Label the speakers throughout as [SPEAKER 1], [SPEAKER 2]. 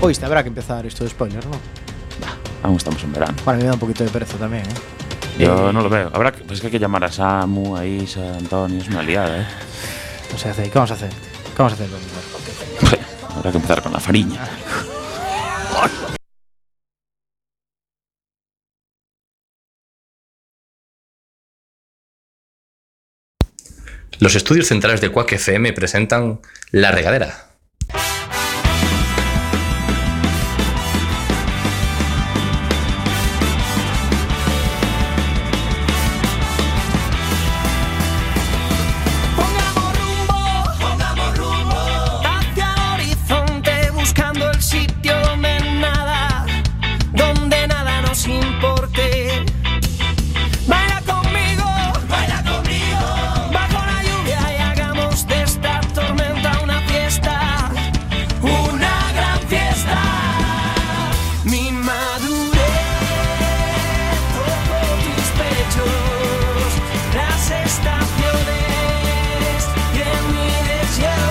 [SPEAKER 1] Pois te este habrá que empezar isto de spoiler, non?
[SPEAKER 2] Aún estamos en verano.
[SPEAKER 1] Para mí me da un poquito de pereza tamén, eh?
[SPEAKER 2] Yo
[SPEAKER 1] Eh,
[SPEAKER 2] no lo veo. Habrá que, pues que hay que llamar a Samu, a Isa, a Antonio. Es una liada, ¿eh?
[SPEAKER 1] Non sei, Cei, que vamos a hacer? Que vamos a hacer? Vamos a hacer?
[SPEAKER 3] Eh,
[SPEAKER 2] Habrá que empezar con la fariña.
[SPEAKER 4] Los estudios centrales de Quack FM presentan La Regadera.
[SPEAKER 5] Pongamos rumbo, pongamos rumbo hacia el horizonte buscando el sitio donde nada, donde nada nos importe. Baila conmigo, baila conmigo bajo la lluvia y hagamos de esta tormenta una fiesta, una gran fiesta. Mi madurez toco tus pechos, las estaciones y en mi deseo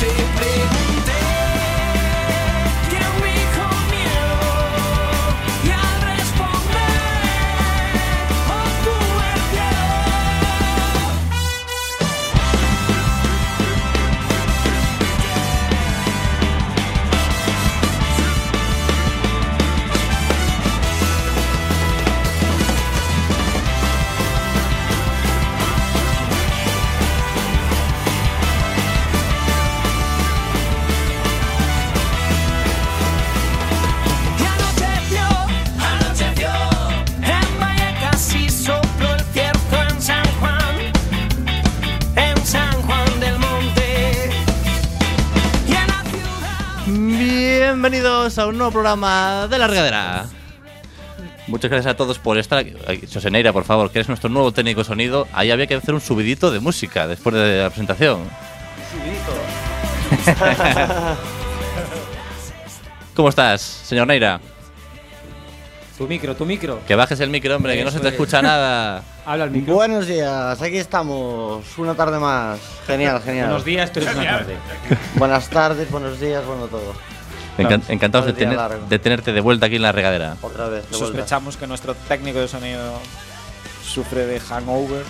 [SPEAKER 5] te pregunté quién me dijo miedo y al responder obtuve el cielo. Y anocheció, anocheció En Vallecas y sopló el cierzo en San Juan En San Juan del Monte Y en la ciudad
[SPEAKER 6] Bienvenidos a un nuevo programa de La Regadera. Ah. Muchas gracias a todos por estar aquí. Ay, Soseneira, por favor, que eres nuestro nuevo técnico de sonido. Ahí había que hacer un subidito de música después de la presentación. ¿Cómo estás, señor Neira?
[SPEAKER 7] Tu micro, tu micro.
[SPEAKER 6] Que bajes el micro, hombre, que no se te
[SPEAKER 7] Eso es.
[SPEAKER 6] escucha nada.
[SPEAKER 7] Habla al micro.
[SPEAKER 3] Buenos días, aquí estamos, una tarde más. Genial, genial.
[SPEAKER 7] Buenos días, pero es una tarde.
[SPEAKER 3] Buenas tardes, buenos días, bueno todo.
[SPEAKER 6] Encan- encantados de,
[SPEAKER 3] Todo el día
[SPEAKER 6] tener-
[SPEAKER 3] largo.
[SPEAKER 6] de tenerte de vuelta aquí en la regadera.
[SPEAKER 3] Otra vez, de vuelta.
[SPEAKER 7] Sospechamos que nuestro técnico de sonido sufre de hangover.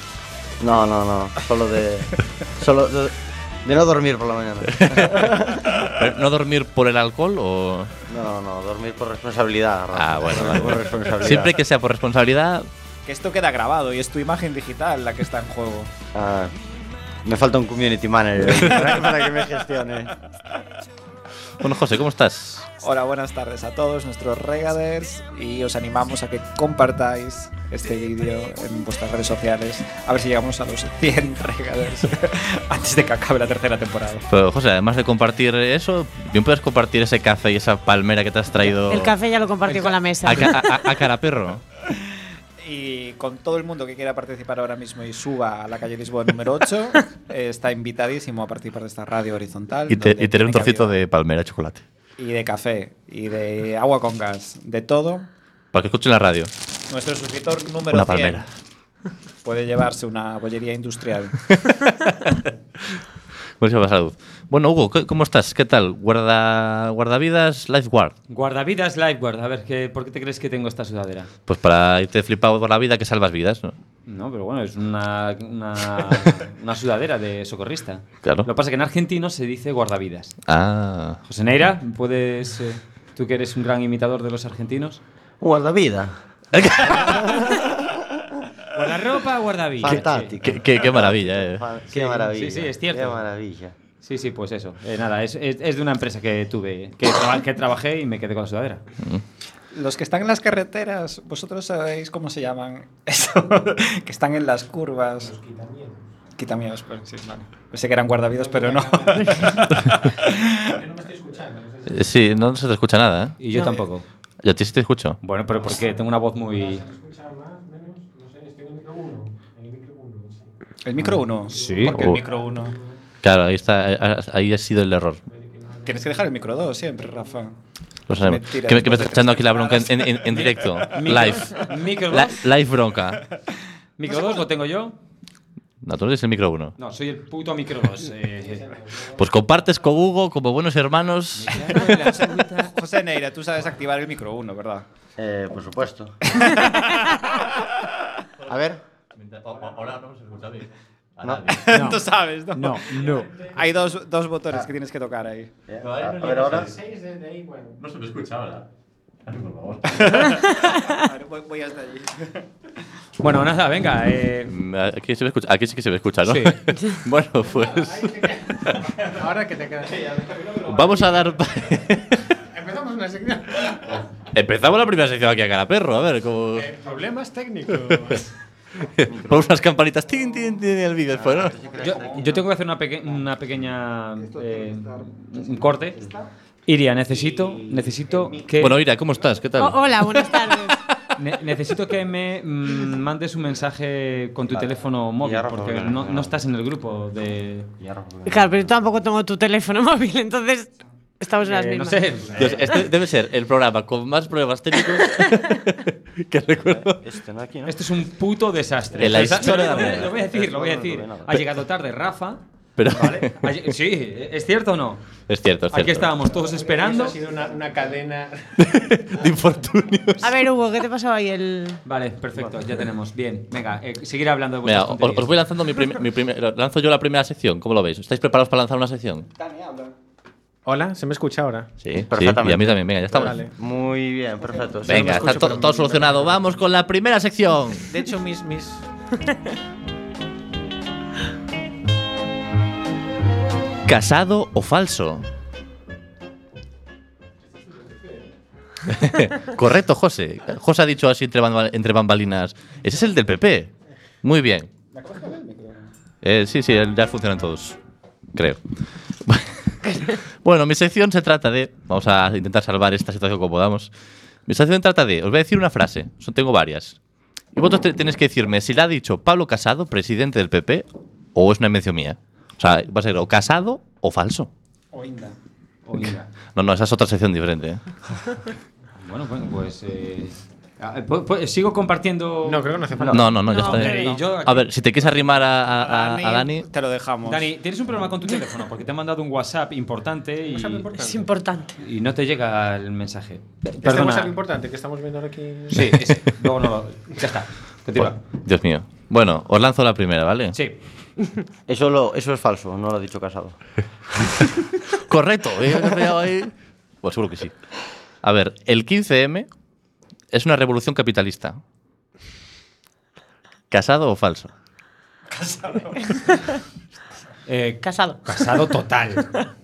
[SPEAKER 3] No, no, no, solo de. Solo de, de no dormir por la mañana.
[SPEAKER 6] Pero, ¿No dormir por el alcohol o...?
[SPEAKER 3] No, no, dormir por responsabilidad. Rafa.
[SPEAKER 6] Ah, bueno,
[SPEAKER 3] Dormir
[SPEAKER 6] vale.
[SPEAKER 3] por responsabilidad.
[SPEAKER 6] Siempre que sea por responsabilidad,
[SPEAKER 7] Que esto queda grabado y es tu imagen digital la que está en juego.
[SPEAKER 3] Ah, me falta un community manager para, para que me gestione.
[SPEAKER 6] Bueno, José, ¿cómo estás?
[SPEAKER 7] Hola, buenas tardes a todos nuestros regaders y os animamos a que compartáis este vídeo en vuestras redes sociales. A ver si llegamos a los 100 regaders antes de que acabe la tercera temporada.
[SPEAKER 6] Pero, José, además de compartir eso, bien puedes compartir ese café y esa palmera que te has traído
[SPEAKER 8] El café ya lo compartió con la mesa.
[SPEAKER 6] a, ca- a- a cara perro.
[SPEAKER 7] Y con todo el mundo que quiera participar ahora mismo y suba a la calle Lisboa número 8, eh, está invitadísimo a participar de esta radio horizontal.
[SPEAKER 6] Y, te-
[SPEAKER 7] donde
[SPEAKER 6] y tener un
[SPEAKER 7] tiene que
[SPEAKER 6] trocito
[SPEAKER 7] haber-
[SPEAKER 6] de palmera de chocolate.
[SPEAKER 7] Y de café, y de agua con gas, de todo.
[SPEAKER 6] Para que escuchen la radio.
[SPEAKER 7] Nuestro suscriptor número
[SPEAKER 6] Una
[SPEAKER 7] 100
[SPEAKER 6] palmera.
[SPEAKER 7] puede llevarse una bollería industrial.
[SPEAKER 6] Muchísimas salud. Bueno, Hugo, ¿qué- ¿cómo estás? ¿Qué tal? Guarda, guardavidas, lifeguard.
[SPEAKER 7] Guardavidas Lifeguard, a ver, ¿qué, ¿por qué te crees que tengo esta sudadera?
[SPEAKER 6] Pues para irte flipado por la vida que salvas vidas, ¿no?
[SPEAKER 7] No, pero bueno, es una, una, una sudadera de socorrista.
[SPEAKER 6] Claro.
[SPEAKER 7] Lo que pasa es que en argentino se dice guardavidas.
[SPEAKER 6] Ah.
[SPEAKER 7] José Neira, ¿puedes, eh, tú que eres un gran imitador de los argentinos?
[SPEAKER 3] Guardavida.
[SPEAKER 7] Guardarropa, guardavidas.
[SPEAKER 3] Fantástico.
[SPEAKER 6] Qué, qué- qué maravilla, eh.
[SPEAKER 3] Fan- Qué
[SPEAKER 7] Sí,
[SPEAKER 3] maravilla.
[SPEAKER 7] sí, sí, es cierto.
[SPEAKER 3] Qué maravilla.
[SPEAKER 7] Sí, sí, pues eso. Eh, nada, es, es- es de una empresa que tuve, que, traba- que trabajé y me quedé con la sudadera.
[SPEAKER 9] Los que están en las carreteras, vosotros sabéis cómo se llaman eso, que están en las curvas. Los quitamiedos. Quitamiedos,
[SPEAKER 7] pues,
[SPEAKER 9] pero sí, vale. Pensé que eran guardavidas, pero no.
[SPEAKER 6] Eh, Sí, no se te escucha nada, ¿eh?
[SPEAKER 7] Y yo tampoco.
[SPEAKER 6] Yo a ti sí te escucho.
[SPEAKER 7] Bueno, pero porque tengo una voz muy...
[SPEAKER 9] El micro 1.
[SPEAKER 7] Sí.
[SPEAKER 9] Porque el
[SPEAKER 6] Oh.
[SPEAKER 9] micro 1.
[SPEAKER 6] Claro, ahí, está, ahí ha sido el error.
[SPEAKER 9] Tienes que dejar el micro 2 siempre, Rafa.
[SPEAKER 6] Lo sabemos.
[SPEAKER 9] Mentira,
[SPEAKER 6] que, me- que me
[SPEAKER 9] después de
[SPEAKER 6] está echando
[SPEAKER 9] tres
[SPEAKER 6] aquí la bronca en,
[SPEAKER 9] temporadas.
[SPEAKER 6] en- en directo.
[SPEAKER 7] Micro-
[SPEAKER 6] live.
[SPEAKER 7] micro
[SPEAKER 6] La-
[SPEAKER 7] dos.
[SPEAKER 6] live bronca.
[SPEAKER 7] Micro 2 lo tengo yo.
[SPEAKER 6] No, tú no eres el micro uno.
[SPEAKER 2] No, soy el puto eh. micro 2.
[SPEAKER 6] Pues compartes con Hugo como buenos hermanos.
[SPEAKER 7] José Neira, tú sabes activar el micro 1, ¿verdad?
[SPEAKER 3] Eh, por supuesto. A ver.
[SPEAKER 6] Ahora no se escucha bien.
[SPEAKER 3] No.
[SPEAKER 1] No,
[SPEAKER 7] Tú sabes, ¿no?
[SPEAKER 1] no, no.
[SPEAKER 7] Hay dos, dos botones que tienes que tocar ahí.
[SPEAKER 3] Ah. Eh, A, a ver ahora.
[SPEAKER 6] No se me escucha ahora.
[SPEAKER 3] Ah,
[SPEAKER 7] voy, hasta allí.
[SPEAKER 2] Bueno, nada, venga. eh,
[SPEAKER 6] Aquí, se me escucha- aquí sí que se me escucha, ¿no?
[SPEAKER 2] Sí.
[SPEAKER 6] bueno, pues
[SPEAKER 2] Ahora que te quedas.
[SPEAKER 6] vamos a dar...
[SPEAKER 2] Empezamos una sección.
[SPEAKER 6] Empezamos la primera sección aquí a cara perro, a ver, como...
[SPEAKER 2] Problemas técnicos.
[SPEAKER 6] Pon unas campanitas, tin, tin, tin, el vídeo después, ¿no?
[SPEAKER 2] Yo, yo tengo que hacer una, peque- una pequeña. eh, un corte. Iria, necesito, necesito que. Oh,
[SPEAKER 6] Bueno, Ira, ¿cómo estás? ¿Qué tal?
[SPEAKER 8] O- Oh, hola, buenas tardes.
[SPEAKER 2] Ne- necesito que me mm, mandes un mensaje con tu teléfono móvil,
[SPEAKER 3] Ya, Rafa,
[SPEAKER 2] porque
[SPEAKER 3] venga,
[SPEAKER 2] no,
[SPEAKER 3] venga.
[SPEAKER 2] no estás en el grupo de...
[SPEAKER 8] Claro, pero yo tampoco tengo tu teléfono móvil, entonces estamos en las
[SPEAKER 2] Eh, no
[SPEAKER 8] mismas.
[SPEAKER 2] sé.
[SPEAKER 6] Entonces, este debe ser el programa con más problemas técnicos que recuerdo.
[SPEAKER 3] Este no aquí, ¿no?
[SPEAKER 2] Esto es un puto desastre.
[SPEAKER 6] En la
[SPEAKER 2] O sea,
[SPEAKER 6] historia
[SPEAKER 2] no, no,
[SPEAKER 6] de-
[SPEAKER 2] Lo voy a decir, lo voy a decir.
[SPEAKER 3] Pero-
[SPEAKER 2] Ha llegado tarde Rafa.
[SPEAKER 6] Pero
[SPEAKER 2] ¿vale? Ha lle- Sí, ¿es cierto o no?
[SPEAKER 6] es cierto, es cierto.
[SPEAKER 2] Aquí estábamos todos esperando.
[SPEAKER 6] De infortunio.
[SPEAKER 8] A ver, Hugo, ¿qué te pasaba ahí el...?
[SPEAKER 2] Vale, perfecto, ya tenemos. Bien, venga, eh, seguir hablando de
[SPEAKER 6] Mira,
[SPEAKER 2] vuestras
[SPEAKER 6] os,
[SPEAKER 2] tonterías.
[SPEAKER 6] os voy lanzando mi, prim- mi primer- Lanzo yo la primera sección, ¿cómo lo veis? ¿Estáis preparados para lanzar una sección?
[SPEAKER 2] Hola, ¿se me escucha ahora?
[SPEAKER 6] Sí,
[SPEAKER 3] Perfectamente.
[SPEAKER 6] sí, y a mí también, venga, ya estamos.
[SPEAKER 3] Muy bien, perfecto. Sí,
[SPEAKER 6] Venga,
[SPEAKER 3] me
[SPEAKER 6] está
[SPEAKER 3] escucho,
[SPEAKER 6] to-
[SPEAKER 3] pero
[SPEAKER 6] todo
[SPEAKER 3] me-
[SPEAKER 6] solucionado. Vamos con la primera sección.
[SPEAKER 10] De hecho, mis, mis,
[SPEAKER 6] ¿Casado o falso? Correcto, José. José ha dicho así entre, bamba- entre bambalinas. Ese es el del PP. Muy bien. Eh, sí, sí, el- ya funcionan todos. Creo. bueno, mi sección se trata de. Vamos a intentar salvar esta situación como podamos. Mi sección trata de. Os voy a decir una frase. Son, tengo varias. Y vosotros te- tenéis que decirme si la ha dicho Pablo Casado, presidente del PP, o es una invención mía. O sea, va a ser o casado o falso. No, no, esa es otra sección diferente. ¿eh?
[SPEAKER 2] Bueno, bueno, pues... eh, ah, pu- pu- ¿Sigo compartiendo...? No, creo que no hace
[SPEAKER 6] No, no, no, ya está.
[SPEAKER 8] hombre,
[SPEAKER 2] no. Yo aquí-
[SPEAKER 6] A ver, si te quieres arrimar a, a- a- a Dani.
[SPEAKER 7] Te lo dejamos.
[SPEAKER 2] Dani, tienes un problema con tu teléfono porque te han mandado un WhatsApp importante y,
[SPEAKER 8] Es importante.
[SPEAKER 2] y no te llega el mensaje. Perdona.
[SPEAKER 1] importante que estamos viendo ahora aquí.
[SPEAKER 2] Sí, ese. luego no lo- Ya está. Continúa.
[SPEAKER 6] Dios mío. Bueno, os lanzo la primera, ¿vale?
[SPEAKER 2] Sí.
[SPEAKER 3] Eso, lo, eso es falso, no lo ha dicho Casado.
[SPEAKER 6] Correcto. ¿eh? Me he pillado ahí. Pues seguro que sí. A ver, el 15M es una revolución capitalista. ¿Casado o falso?
[SPEAKER 2] Eh,
[SPEAKER 8] Casado.
[SPEAKER 2] casado total.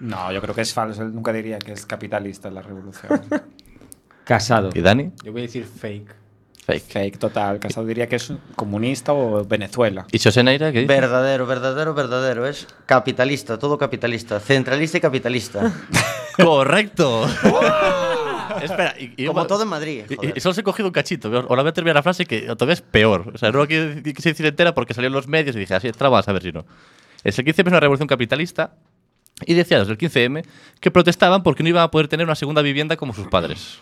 [SPEAKER 7] No, yo creo que es falso. Él nunca diría que es capitalista la revolución.
[SPEAKER 2] Casado.
[SPEAKER 6] ¿Y Dani?
[SPEAKER 1] Yo voy a decir fake.
[SPEAKER 6] Fake.
[SPEAKER 7] Fake total. Casado diría que es comunista o Venezuela.
[SPEAKER 6] ¿Y Choseneira qué dice?
[SPEAKER 3] Verdadero, verdadero, verdadero. Es capitalista, todo capitalista. Centralista y capitalista.
[SPEAKER 6] Correcto. Espera, y, y-
[SPEAKER 3] Como todo en Madrid.
[SPEAKER 6] Y-
[SPEAKER 3] joder.
[SPEAKER 6] Y, solo os he cogido un cachito. Ahora voy a terminar la frase que todavía es peor. O sea, no la quise quise decir entera porque salió en los medios y dije, "Ah, así trabas, a ver si no. Es el 15M es una revolución capitalista y decía los del 15M que protestaban porque no iban a poder tener una segunda vivienda como sus padres.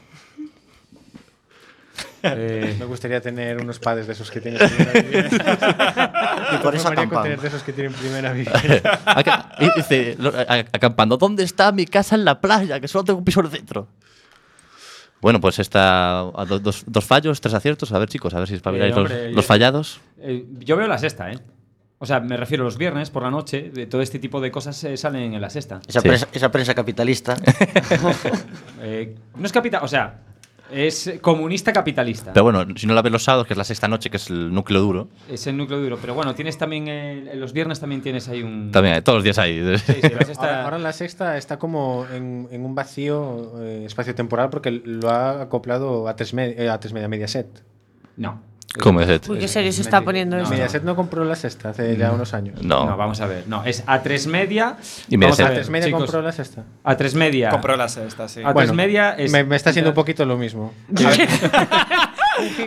[SPEAKER 2] Eh,
[SPEAKER 1] Me gustaría tener unos padres de esos que tienen primera vivienda.
[SPEAKER 3] Y por eso acampan.
[SPEAKER 1] tener de esos que tienen primera vivienda.
[SPEAKER 6] Aca- y dice, lo- a- acampando, ¿dónde está mi casa en la playa? Que solo tengo un piso en el centro. Bueno, pues está a do- dos, dos fallos, tres aciertos. A ver, chicos, a ver si espabiláis los-
[SPEAKER 2] Eh, hombre,
[SPEAKER 6] los,
[SPEAKER 2] yo-
[SPEAKER 6] fallados.
[SPEAKER 2] eh, yo veo la sexta, ¿eh? O sea, me refiero los viernes por la noche, de todo este tipo de cosas eh, salen en la sexta.
[SPEAKER 3] Esa,
[SPEAKER 6] Sí.
[SPEAKER 3] prensa, esa prensa capitalista.
[SPEAKER 2] Eh, no es capital, o sea, es comunista capitalista.
[SPEAKER 6] Pero bueno, si no la ves los sábados, que es la sexta noche, que es el núcleo duro,
[SPEAKER 2] Es el núcleo duro, pero bueno, tienes también el- los viernes también tienes ahí un
[SPEAKER 6] también hay, todos los días hay.
[SPEAKER 2] Sí, sí, la sexta-
[SPEAKER 1] Ahora, ahora la sexta está como en, en un vacío eh, espacio-temporal porque lo ha acoplado a tres, me- eh, a tres media Mediaset.
[SPEAKER 2] No.
[SPEAKER 6] ¿Cómo es este. esto?
[SPEAKER 8] Uy, qué serio se está poniendo
[SPEAKER 2] No,
[SPEAKER 8] esto.
[SPEAKER 2] no.
[SPEAKER 1] Mediaset no compró la sexta hace ya unos años.
[SPEAKER 6] No.
[SPEAKER 2] Mm, No, vamos a ver. No, es a tres media.
[SPEAKER 6] Y media
[SPEAKER 2] vamos
[SPEAKER 6] set.
[SPEAKER 1] A
[SPEAKER 2] a
[SPEAKER 6] ver,
[SPEAKER 1] tres media
[SPEAKER 2] chicos,
[SPEAKER 1] compró la sexta.
[SPEAKER 2] A tres media.
[SPEAKER 7] Compró la cesta, sí.
[SPEAKER 2] A tres media es.
[SPEAKER 1] me, me está haciendo un poquito lo mismo. un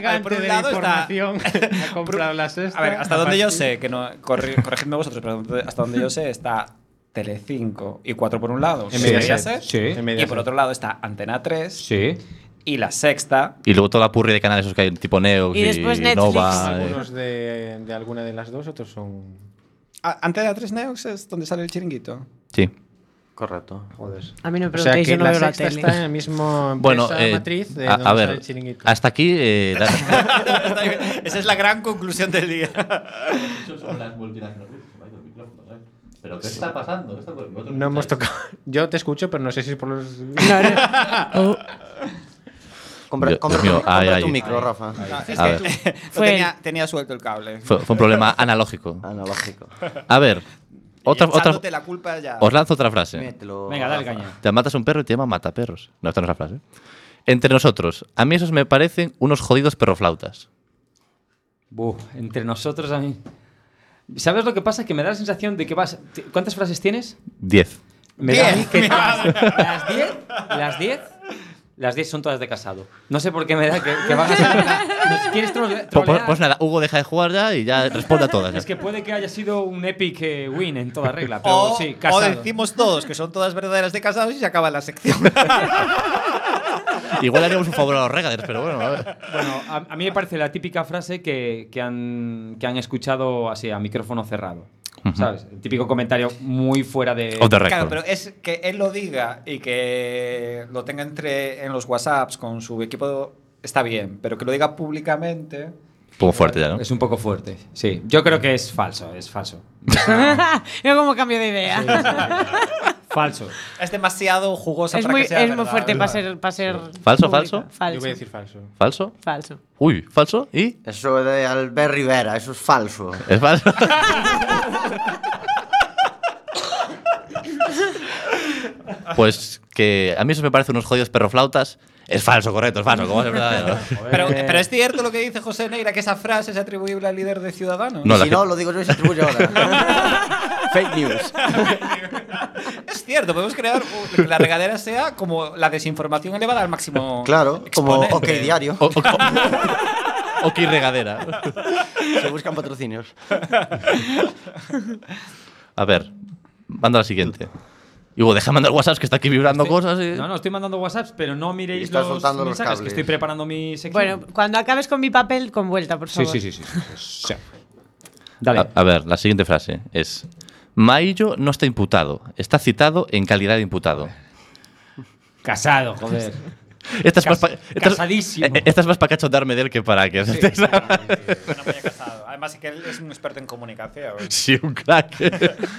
[SPEAKER 7] ver, por un lado está-
[SPEAKER 1] ha comprado la sexta.
[SPEAKER 7] A ver, hasta
[SPEAKER 1] a
[SPEAKER 7] donde yo
[SPEAKER 1] partir-
[SPEAKER 7] sé, que no. corri- Corregidme vosotros, pero hasta donde yo sé está Telecinco y 4 por un lado.
[SPEAKER 1] En Mediaset.
[SPEAKER 7] Mediaset.
[SPEAKER 2] Sí.
[SPEAKER 1] En
[SPEAKER 7] Y por
[SPEAKER 1] Mediaset.
[SPEAKER 7] otro lado está Antena 3.
[SPEAKER 2] Sí.
[SPEAKER 7] Y la sexta,
[SPEAKER 6] Y luego toda la purria de canales esos que hay, tipo Neox
[SPEAKER 8] Y después Netflix.
[SPEAKER 6] Nova. eh.
[SPEAKER 1] Algunos de, de alguna de las dos, otros son. Ah,
[SPEAKER 7] a- antes de la 3 Neox es donde sale el chiringuito.
[SPEAKER 6] Sí.
[SPEAKER 3] Correcto, joder.
[SPEAKER 8] A mí no me
[SPEAKER 1] O sea
[SPEAKER 8] preguntéis,
[SPEAKER 1] que
[SPEAKER 8] yo no
[SPEAKER 1] la
[SPEAKER 8] veo la
[SPEAKER 1] sexta
[SPEAKER 8] tele.
[SPEAKER 1] está en la misma empresa
[SPEAKER 6] Bueno, eh,
[SPEAKER 1] matriz de
[SPEAKER 6] a,
[SPEAKER 1] donde
[SPEAKER 6] a
[SPEAKER 1] sale
[SPEAKER 6] ver,
[SPEAKER 1] el chiringuito.
[SPEAKER 6] hasta aquí. eh, la-
[SPEAKER 7] Esa es la gran conclusión del día.
[SPEAKER 6] ¿eh? ¿Pero qué está pasando? ¿Qué está pasando?
[SPEAKER 1] No hemos tocado. Yo te escucho, pero no sé si es por los.
[SPEAKER 8] Oh.
[SPEAKER 3] Compra,
[SPEAKER 6] Dios
[SPEAKER 3] compra-
[SPEAKER 6] mío,
[SPEAKER 3] compra
[SPEAKER 6] ay, ay. Ah,
[SPEAKER 3] tu micro, Rafa.
[SPEAKER 1] Ah,
[SPEAKER 6] A ver,
[SPEAKER 8] Fue
[SPEAKER 7] tenía, tenía suelto el cable.
[SPEAKER 6] fue, fue un problema analógico.
[SPEAKER 3] Analógico.
[SPEAKER 6] A ver, otra, otra,
[SPEAKER 7] Echándote la culpa ya.
[SPEAKER 6] os lanzo otra frase.
[SPEAKER 3] Mételo,
[SPEAKER 2] Venga, dale
[SPEAKER 3] Rafa.
[SPEAKER 2] caña.
[SPEAKER 6] Te matas a un perro y te llama mataperros. No, esta no es la frase. Entre nosotros, a mí esos me parecen unos jodidos perroflautas.
[SPEAKER 2] Buh, entre nosotros a mí. ¿Sabes lo que pasa? Que me da la sensación de que vas. te- ¿Cuántas frases tienes?
[SPEAKER 6] Diez.
[SPEAKER 2] Me da a mí que las 10, las 10, las 10 son todas de casado. No sé por qué me da que, que vas a nos quieres trole-
[SPEAKER 6] Po- po- Pues,
[SPEAKER 2] trolear.
[SPEAKER 6] nada, Hugo deja de jugar ya y ya responde a todas. ya.
[SPEAKER 2] Es que puede que haya sido un epic eh, win en toda regla, pero
[SPEAKER 7] O,
[SPEAKER 2] sí,
[SPEAKER 7] o
[SPEAKER 2] casado.
[SPEAKER 7] decimos todos que son todas verdaderas de casados y se acaba la sección.
[SPEAKER 6] Igual haríamos un favor a los regaders, pero bueno, a ver.
[SPEAKER 2] Bueno, a, a mí me parece la típica frase que, que han, que han escuchado así, a micrófono cerrado. ¿Sabes? El típico comentario muy fuera de.
[SPEAKER 6] Off the
[SPEAKER 7] Claro,
[SPEAKER 6] record.
[SPEAKER 7] pero es que él lo diga y que lo tenga entre en los WhatsApps con su equipo está bien, pero que lo diga públicamente.
[SPEAKER 6] Un poco fuerte ya, ¿no?
[SPEAKER 2] Es un poco fuerte, sí. Yo creo que es falso, es falso.
[SPEAKER 8] Yo como cambio de idea.
[SPEAKER 2] Falso.
[SPEAKER 7] Es demasiado jugosa
[SPEAKER 8] es
[SPEAKER 7] para
[SPEAKER 8] muy,
[SPEAKER 7] que sea
[SPEAKER 8] es muy
[SPEAKER 7] verdad.
[SPEAKER 8] fuerte para ser, para ser pública.
[SPEAKER 6] ¿Falso, falso?
[SPEAKER 1] Yo voy a decir
[SPEAKER 8] Falso.
[SPEAKER 6] ¿Falso?
[SPEAKER 1] falso.
[SPEAKER 8] Falso.
[SPEAKER 6] Uy, ¿falso? ¿Y?
[SPEAKER 3] Eso de Albert Rivera, eso es falso.
[SPEAKER 6] ¿Es falso? pues que a mí eso me parece unos jodidos perroflautas. Es falso, correcto, es falso. ¿Cómo es verdad?
[SPEAKER 7] Pero,
[SPEAKER 3] Eh.
[SPEAKER 7] pero es cierto lo que dice José Neira, que esa frase es atribuible al líder de Ciudadanos.
[SPEAKER 6] No,
[SPEAKER 3] y
[SPEAKER 6] la
[SPEAKER 3] si no,
[SPEAKER 6] gente-
[SPEAKER 3] lo digo yo y se atribuye ahora. Fake news.
[SPEAKER 7] Es cierto, podemos crear u- que la regadera sea como la desinformación elevada al máximo.
[SPEAKER 3] Claro, como
[SPEAKER 7] exponente.
[SPEAKER 3] OK Diario.
[SPEAKER 6] O, o- o que regadera.
[SPEAKER 3] Se buscan patrocinios.
[SPEAKER 6] A ver, manda la siguiente. Y Hugo, deja mandar WhatsApp que está aquí vibrando
[SPEAKER 7] Este,
[SPEAKER 6] cosas. y-
[SPEAKER 2] No, no, estoy mandando WhatsApps, pero no
[SPEAKER 3] Y
[SPEAKER 2] miréis
[SPEAKER 3] estás
[SPEAKER 2] los
[SPEAKER 3] soltando
[SPEAKER 2] mensajes,
[SPEAKER 3] los
[SPEAKER 2] que
[SPEAKER 3] cables.
[SPEAKER 2] estoy preparando mi sección.
[SPEAKER 8] Bueno, cuando acabes con mi papel, con vuelta, por
[SPEAKER 2] sí,
[SPEAKER 8] favor.
[SPEAKER 2] sí, sí, sí, sí, sí. Sí. Dale.
[SPEAKER 6] A, a ver, la siguiente frase es: Maillo no está imputado, está citado en calidad de imputado.
[SPEAKER 2] Casado, joder.
[SPEAKER 6] Esta es más
[SPEAKER 2] Cas-
[SPEAKER 6] pa- esta es-
[SPEAKER 2] casadísimo.
[SPEAKER 6] eh, Esta es más para cachondarme de él que para que. Sí,
[SPEAKER 7] Una polla pues casado. Además, que él es un experto en comunicación.
[SPEAKER 6] un crack.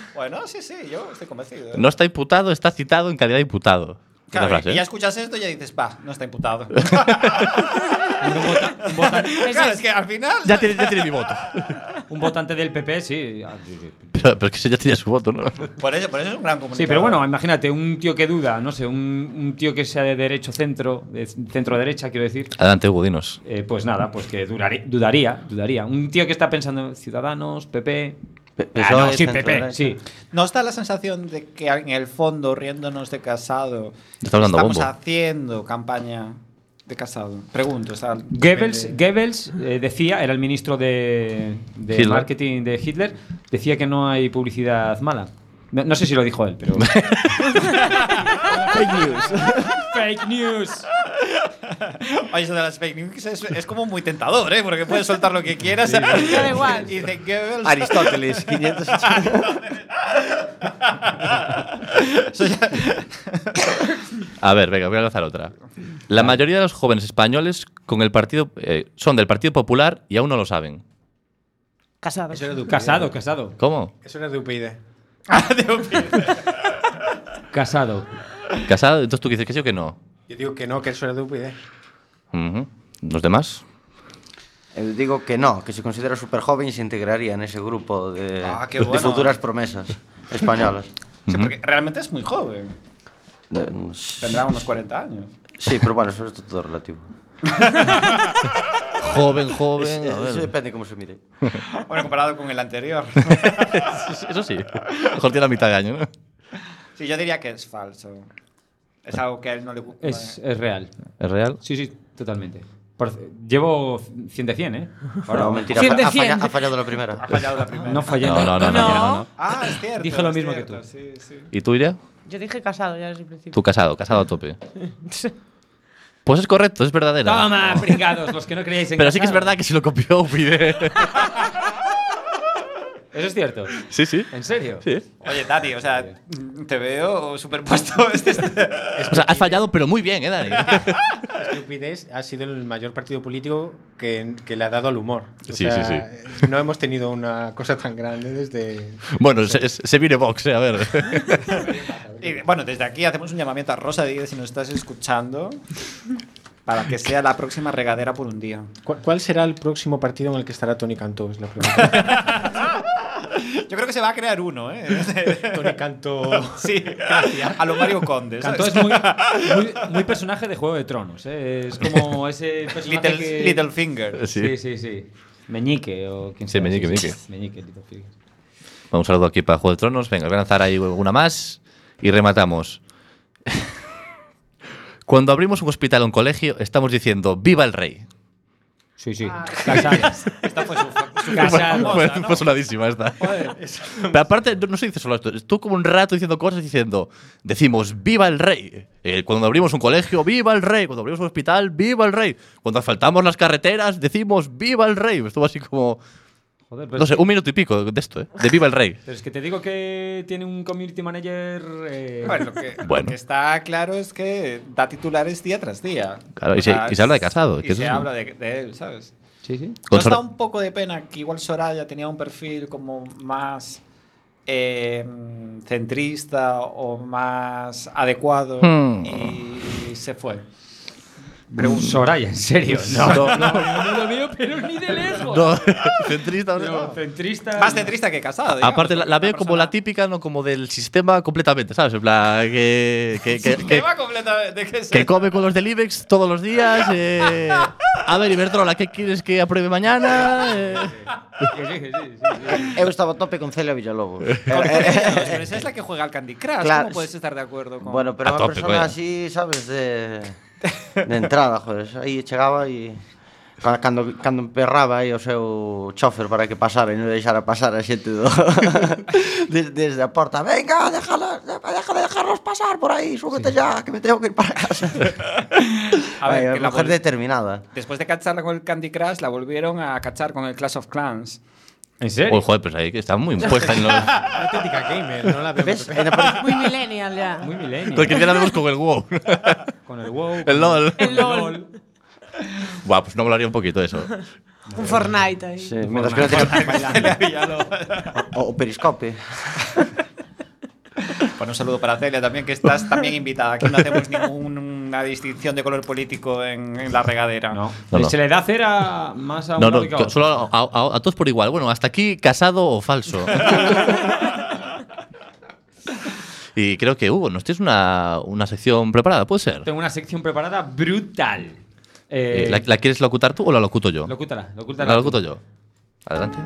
[SPEAKER 7] Bueno, sí, sí, yo estoy convencido. ¿eh?
[SPEAKER 6] No está imputado, está citado en calidad de imputado.
[SPEAKER 7] Claro,
[SPEAKER 6] Esta frase,
[SPEAKER 7] y
[SPEAKER 6] ¿eh?
[SPEAKER 7] ya escuchas esto y ya dices, va, no está imputado.
[SPEAKER 2] Un, vota- un vota-
[SPEAKER 7] claro, es que al final.
[SPEAKER 6] Ya tiene, ya tiene mi voto.
[SPEAKER 2] un votante del PP, sí. Ah, sí, sí.
[SPEAKER 6] Pero, pero es que eso ya tenía su voto, ¿no?
[SPEAKER 7] Por eso, por eso es un gran comunicador.
[SPEAKER 2] Sí, pero bueno, imagínate, un tío que duda, no sé, un, un tío que sea de derecho centro, de centro-derecha, quiero decir.
[SPEAKER 6] Adelante, Hugo, dinos.
[SPEAKER 2] eh, pues nada, pues que durari- dudaría, dudaría. Un tío que está pensando en Ciudadanos, PP.
[SPEAKER 3] Pe-
[SPEAKER 2] Ah,
[SPEAKER 3] PSOE,
[SPEAKER 2] no, sí,
[SPEAKER 3] centro
[SPEAKER 2] PP,
[SPEAKER 3] derecha.
[SPEAKER 2] sí.
[SPEAKER 7] ¿No está la sensación de que en el fondo, riéndonos de casado,
[SPEAKER 6] Estamos dando bombo.
[SPEAKER 7] haciendo campaña de casado? Pregunto, está.
[SPEAKER 2] Goebbels, Goebbels eh, decía, era el ministro de, de
[SPEAKER 6] Hitler.
[SPEAKER 2] marketing de Hitler, decía que no hay publicidad mala. No, no sé si lo dijo él, pero.
[SPEAKER 3] Fake news.
[SPEAKER 2] Fake news.
[SPEAKER 7] Oye, eso de las fake news es, es como muy tentador, ¿eh? Porque puedes soltar lo que quieras.
[SPEAKER 8] Da igual.
[SPEAKER 7] Y de Goebbels.
[SPEAKER 3] Aristóteles, 580.
[SPEAKER 7] Eso ya-
[SPEAKER 6] A ver, venga, voy a lanzar otra. La mayoría de los jóvenes españoles con el partido, eh, son del Partido Popular y aún no lo saben.
[SPEAKER 8] Casado.
[SPEAKER 1] Eso era de UPyD.
[SPEAKER 2] Casado, casado.
[SPEAKER 6] ¿Cómo?
[SPEAKER 1] Eso era de UPyD.
[SPEAKER 2] Casado.
[SPEAKER 6] ¿Casado? Entonces tú dices que sí o que no.
[SPEAKER 1] Yo digo que no, que eso era de UPyD.
[SPEAKER 6] Ujú. ¿Los demás?
[SPEAKER 3] Eh, Digo que no, que se considera súper joven y se integraría en ese grupo de,
[SPEAKER 7] Ah, qué
[SPEAKER 3] de
[SPEAKER 7] bueno.
[SPEAKER 3] futuras promesas españolas.
[SPEAKER 7] Sí, porque realmente es muy joven.
[SPEAKER 3] Eh, s-
[SPEAKER 7] Tendrá unos 40 años.
[SPEAKER 3] sí, pero bueno, eso es todo relativo.
[SPEAKER 6] Joven,
[SPEAKER 3] Es-
[SPEAKER 6] joven. a
[SPEAKER 3] eso
[SPEAKER 6] ver.
[SPEAKER 3] depende cómo se mire.
[SPEAKER 7] Bueno, comparado con el anterior.
[SPEAKER 6] Eso sí. Mejor tiene la mitad de año, ¿no?
[SPEAKER 7] Sí, yo diría que es falso. Es algo que a él no le gusta.
[SPEAKER 2] Es, es real.
[SPEAKER 6] ¿Es real?
[SPEAKER 2] Sí, sí, totalmente. Por- llevo 100 de 100, ¿eh?
[SPEAKER 3] no, mentira, ha,
[SPEAKER 8] Siente,
[SPEAKER 3] ha falla-
[SPEAKER 8] siente.
[SPEAKER 3] ha fallado la primera.
[SPEAKER 7] Ha fallado la primera.
[SPEAKER 2] No fallé.
[SPEAKER 6] No, no, no, no,
[SPEAKER 8] no.
[SPEAKER 7] Ah, es cierto.
[SPEAKER 2] Dije lo
[SPEAKER 7] es
[SPEAKER 2] mismo
[SPEAKER 7] cierto,
[SPEAKER 2] que tú.
[SPEAKER 7] Sí, sí.
[SPEAKER 6] ¿Y tú, Iria?
[SPEAKER 8] Yo dije casado ya desde el principio.
[SPEAKER 6] Tú casado, casado a tope. Pues es correcto, es verdadera.
[SPEAKER 2] Toma, pringados, los que no creíais en
[SPEAKER 6] Pero sí que es
[SPEAKER 2] Casado.
[SPEAKER 6] verdad que se lo copió Upide.
[SPEAKER 2] Eso es cierto.
[SPEAKER 6] sí, sí.
[SPEAKER 2] ¿En serio?
[SPEAKER 7] Oye, Tati, o sea, te veo superpuesto.
[SPEAKER 6] O sea, has fallado, pero muy bien, ¿eh, Dani?
[SPEAKER 1] Estupidez ha sido el mayor partido político que, que le ha dado al humor. O
[SPEAKER 11] Sí,
[SPEAKER 1] sea,
[SPEAKER 11] sí,
[SPEAKER 1] No hemos tenido una cosa tan grande desde.
[SPEAKER 6] bueno, se, se viene Vox, ¿eh? A ver.
[SPEAKER 7] Y, bueno, desde aquí hacemos un llamamiento a Rosa Díez, si nos estás escuchando, para que sea la próxima regadera por un día.
[SPEAKER 1] ¿Cu- ¿Cuál será el próximo partido en el que estará Tony Cantó? Es la pregunta.
[SPEAKER 7] Yo creo que se va a crear uno, ¿eh?
[SPEAKER 1] Tony Cantó.
[SPEAKER 7] Sí, a lo Mario Conde. ¿sabes?
[SPEAKER 2] Cantó es muy, muy, muy personaje de Juego de Tronos. ¿eh? Es como ese personaje
[SPEAKER 7] Little,
[SPEAKER 2] que...
[SPEAKER 7] Littlefinger.
[SPEAKER 2] Sí, sí, sí. Meñique o quien
[SPEAKER 6] Sí,
[SPEAKER 2] sea.
[SPEAKER 6] Meñique,
[SPEAKER 2] Meñique, Littlefinger.
[SPEAKER 6] Vamos a saludo aquí para Juego de Tronos. Venga, voy a lanzar ahí una más y rematamos. Cuando abrimos un hospital o un colegio, estamos diciendo ¡Viva el rey!
[SPEAKER 2] Sí, Ah, sí. Casado.
[SPEAKER 7] Esta fue su, su
[SPEAKER 2] Casado.
[SPEAKER 6] fue, fue sonadísima esta. Pero aparte, no, no se dice solo esto. Tú como un rato diciendo cosas diciendo, decimos, viva el rey. Eh, cuando abrimos un colegio, viva el rey. Cuando abrimos un hospital, viva el rey. Cuando asfaltamos las carreteras, decimos, viva el rey. Estuvo así como,
[SPEAKER 2] Joder,
[SPEAKER 7] Pues
[SPEAKER 2] pero
[SPEAKER 6] no
[SPEAKER 2] es
[SPEAKER 6] sé,
[SPEAKER 2] que-
[SPEAKER 6] un minuto y pico de esto, ¿eh? De viva el rey.
[SPEAKER 2] Pero es que te digo que tiene un community manager. eh,
[SPEAKER 7] Bueno, lo que, lo
[SPEAKER 6] Bueno.
[SPEAKER 7] que está claro es que da titulares día tras día.
[SPEAKER 6] Claro, y se-
[SPEAKER 7] O sea,
[SPEAKER 6] y se habla de Casado,
[SPEAKER 7] Y
[SPEAKER 6] que eso
[SPEAKER 7] se
[SPEAKER 6] es un-
[SPEAKER 7] habla de, de él, ¿sabes?
[SPEAKER 2] Sí, sí.
[SPEAKER 6] Con
[SPEAKER 7] Nos da
[SPEAKER 6] Sor-
[SPEAKER 7] un poco de pena que igual Soraya tenía un perfil como más eh, centrista o más adecuado
[SPEAKER 6] Hmm.
[SPEAKER 7] y se fue.
[SPEAKER 2] Pero Soraya, en serio. No,
[SPEAKER 6] No,
[SPEAKER 2] no, no. lo veo, pero ni de lejos.
[SPEAKER 6] No, centrista, no.
[SPEAKER 2] Pero centrista.
[SPEAKER 7] Más centrista que casado. digamos,
[SPEAKER 6] Aparte, la,
[SPEAKER 7] porque
[SPEAKER 6] la
[SPEAKER 7] una
[SPEAKER 6] veo como
[SPEAKER 7] persona
[SPEAKER 6] la típica, no como del sistema completamente, ¿sabes? En plan, que, que, que-
[SPEAKER 7] Que
[SPEAKER 6] que-
[SPEAKER 7] va completamente. Que se-
[SPEAKER 6] que come con los del IBEX todos los días. eh, a ver, Iberdrola, ¿qué quieres que apruebe mañana? Eh,
[SPEAKER 2] Que sí, que sí, sí, sí.
[SPEAKER 3] Eu estaba a tope con Celia Villalobos. Eh,
[SPEAKER 7] Pero esa es la que juega al Candy Crush.
[SPEAKER 3] Claro,
[SPEAKER 7] ¿Cómo puedes estar de acuerdo con.?
[SPEAKER 3] Bueno, pero
[SPEAKER 6] A
[SPEAKER 3] una
[SPEAKER 6] tope,
[SPEAKER 3] persona
[SPEAKER 6] coño.
[SPEAKER 3] así, sabes, de, de entrada, joder. Aí chegaba e ca- cando, cando emperraba aí o seu chofer para que pasara e non deixara pasar a xente do, desde, desde a porta. Venga, déjala, déjala dejarlos pasar por aí, súbete sí. ya, que me tengo que ir para casa.
[SPEAKER 7] A ver, que la
[SPEAKER 3] mujer
[SPEAKER 7] vol-
[SPEAKER 3] determinada.
[SPEAKER 7] Después de cacharla con el Candy Crush, la volvieron a cachar con el Clash of Clans.
[SPEAKER 2] ¿En serio?
[SPEAKER 6] Uy, joder, pues ahí que está muy impuesta en los.
[SPEAKER 1] Auténtica gamer, no la vemos.
[SPEAKER 3] Ves? E na pare-
[SPEAKER 8] Muy millennial ya.
[SPEAKER 2] Muy milenio.
[SPEAKER 6] Porque ya la vemos con el wow.
[SPEAKER 2] Con el WoW.
[SPEAKER 6] El LOL.
[SPEAKER 8] El LOL.
[SPEAKER 6] Buah, pues no hablaría un poquito eso.
[SPEAKER 8] Un Fortnite ahí.
[SPEAKER 3] Sí, mientras que non tenga o, o periscope.
[SPEAKER 7] Bueno, Pues un saludo para Celia también, que estás también invitada. Aquí no hacemos ninguna distinción de color político en, en la regadera.
[SPEAKER 2] No.
[SPEAKER 6] No, no.
[SPEAKER 2] Pues Se le da cera más a un
[SPEAKER 6] No,
[SPEAKER 2] lado
[SPEAKER 6] no,
[SPEAKER 2] que a otro.
[SPEAKER 6] co- solo a, a- a todos por igual. Bueno, hasta aquí casado o falso. y creo que Hugo, ¿nos tienes una, una sección preparada? ¿Puede ser?
[SPEAKER 2] Tengo una sección preparada brutal. Eh,
[SPEAKER 6] Eh, ¿La, la quieres locutar tú o la locuto yo?
[SPEAKER 2] locútala, locútala
[SPEAKER 6] La
[SPEAKER 2] tú.
[SPEAKER 6] locuto yo. Adelante.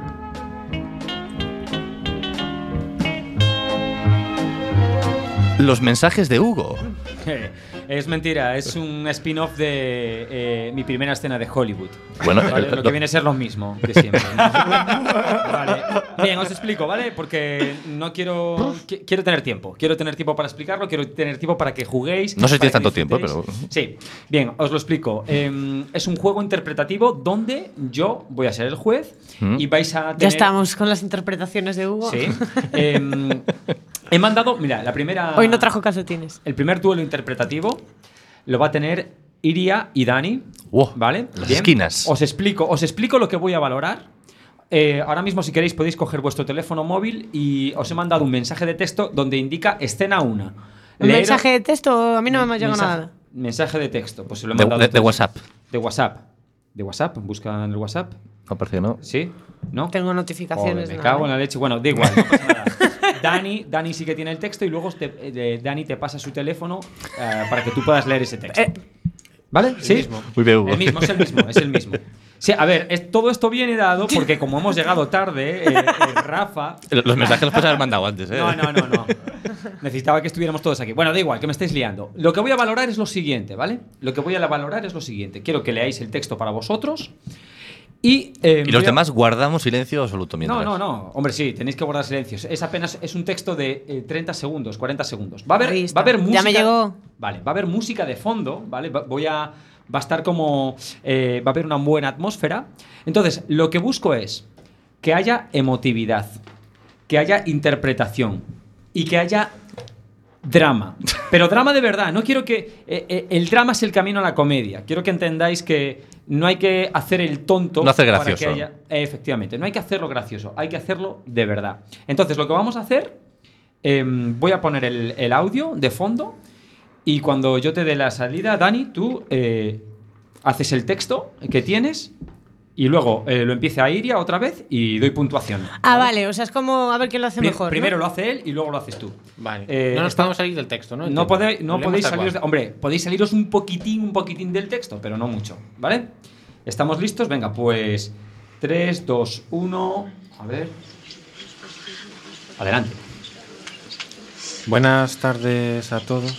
[SPEAKER 6] Los mensajes de Hugo.
[SPEAKER 2] Es mentira, es un spin-off de eh, mi primera escena de Hollywood.
[SPEAKER 6] Bueno,
[SPEAKER 2] Vale,
[SPEAKER 6] eh,
[SPEAKER 2] lo
[SPEAKER 6] lo-
[SPEAKER 2] que viene a ser lo mismo de siempre. Vale. Bien, os explico, ¿vale? Porque no quiero. qui- Quiero tener tiempo. Quiero tener tiempo para explicarlo, quiero tener tiempo para que juguéis.
[SPEAKER 6] No sé si tienes
[SPEAKER 2] para que
[SPEAKER 6] tanto tiempo,
[SPEAKER 2] disfrutéis. Sí. Bien, os lo explico. Eh, es un juego interpretativo donde yo voy a ser el juez
[SPEAKER 6] Mm.
[SPEAKER 2] y vais a tener.
[SPEAKER 8] Ya estamos con las interpretaciones de Hugo.
[SPEAKER 2] Sí. Eh, he mandado. Mira, la primera.
[SPEAKER 8] Hoy no trajo calcetines.
[SPEAKER 2] El primer duelo interpretativo lo va a tener Iria y Dani.
[SPEAKER 6] Wow,
[SPEAKER 2] ¿Vale?
[SPEAKER 6] las esquinas.
[SPEAKER 2] Os explico, os explico lo que voy a valorar. Eh, ahora mismo, si queréis, podéis coger vuestro teléfono móvil y os he mandado un mensaje de texto donde indica escena 1.
[SPEAKER 8] ¿Un mensaje de texto? A mí no me ha llegado nada.
[SPEAKER 2] Mensaje de texto. Pues se lo he
[SPEAKER 6] De-
[SPEAKER 2] mandado
[SPEAKER 6] de- de
[SPEAKER 2] todo.
[SPEAKER 6] WhatsApp.
[SPEAKER 2] De WhatsApp. De WhatsApp. Busca en el WhatsApp.
[SPEAKER 6] no parece que no.
[SPEAKER 2] ¿Sí? ¿No?
[SPEAKER 8] Tengo
[SPEAKER 2] Joder,
[SPEAKER 8] notificaciones. ¿eh?
[SPEAKER 2] me
[SPEAKER 8] nada.
[SPEAKER 2] cago en la leche. Bueno, da igual. no pasa nada. Dani, Dani sí que tiene el texto y luego te- eh, Dani te pasa su teléfono eh, para que tú puedas leer ese texto.
[SPEAKER 8] Eh,
[SPEAKER 2] ¿Vale? sí.
[SPEAKER 6] Muy bien, Hugo.
[SPEAKER 2] El mismo, es el mismo, es el mismo. Sí, a ver, es- todo esto viene dado porque como hemos llegado tarde, eh, eh, Rafa.
[SPEAKER 6] Los mensajes los puedes haber mandado antes, ¿eh?
[SPEAKER 2] No, no, no, no. Necesitaba que estuviéramos todos aquí. Bueno, da igual, que me estáis liando. Lo que voy a valorar es lo siguiente, ¿vale? Lo que voy a la- valorar es lo siguiente. Quiero que leáis el texto para vosotros Y, eh,
[SPEAKER 6] Y los
[SPEAKER 2] voy a-
[SPEAKER 6] demás guardamos silencio absoluto mientras.
[SPEAKER 2] No, no, no. Hombre, sí, tenéis que guardar silencios. Es apenas es un texto de eh, 30 segundos, 40 segundos. Va a haber,
[SPEAKER 8] Revista.
[SPEAKER 2] va a haber
[SPEAKER 8] Ya
[SPEAKER 2] música.
[SPEAKER 8] me llegó.
[SPEAKER 2] Vale, va a haber música de fondo, ¿vale? Va- voy a. Va a estar como. eh, va a haber una buena atmósfera. Entonces, lo que busco es que haya emotividad, que haya interpretación y que haya drama. Pero drama de verdad. No quiero que. eh, eh, el drama es el camino a la comedia. Quiero que entendáis que no hay que hacer el tonto.
[SPEAKER 6] No hacer
[SPEAKER 2] para
[SPEAKER 6] gracioso.
[SPEAKER 2] que haya- eh, efectivamente, no hay que hacerlo gracioso, hay que hacerlo de verdad. Entonces, lo que vamos a hacer. em, voy a poner el, el audio de fondo. Y cuando yo te dé la salida, Dani, tú eh, haces el texto que tienes. Y luego eh, lo empieza a Iria otra vez y doy puntuación.
[SPEAKER 8] Ah, vale, o sea, es como a ver quién lo hace
[SPEAKER 2] Pri-
[SPEAKER 8] mejor. ¿no?
[SPEAKER 2] Primero lo hace él y luego lo haces tú.
[SPEAKER 1] Vale.
[SPEAKER 2] Eh,
[SPEAKER 1] no nos
[SPEAKER 2] está-
[SPEAKER 1] podemos salir del texto, ¿no?
[SPEAKER 2] no, podéis, no
[SPEAKER 1] Leemos
[SPEAKER 2] podéis
[SPEAKER 1] tal cual.
[SPEAKER 2] saliros. de- hombre, podéis saliros un poquitín, un poquitín del texto, pero no mucho, ¿vale? ¿Estamos listos? Venga, pues. 3, 2, 1. A ver. Adelante.
[SPEAKER 1] Buenas tardes a todos.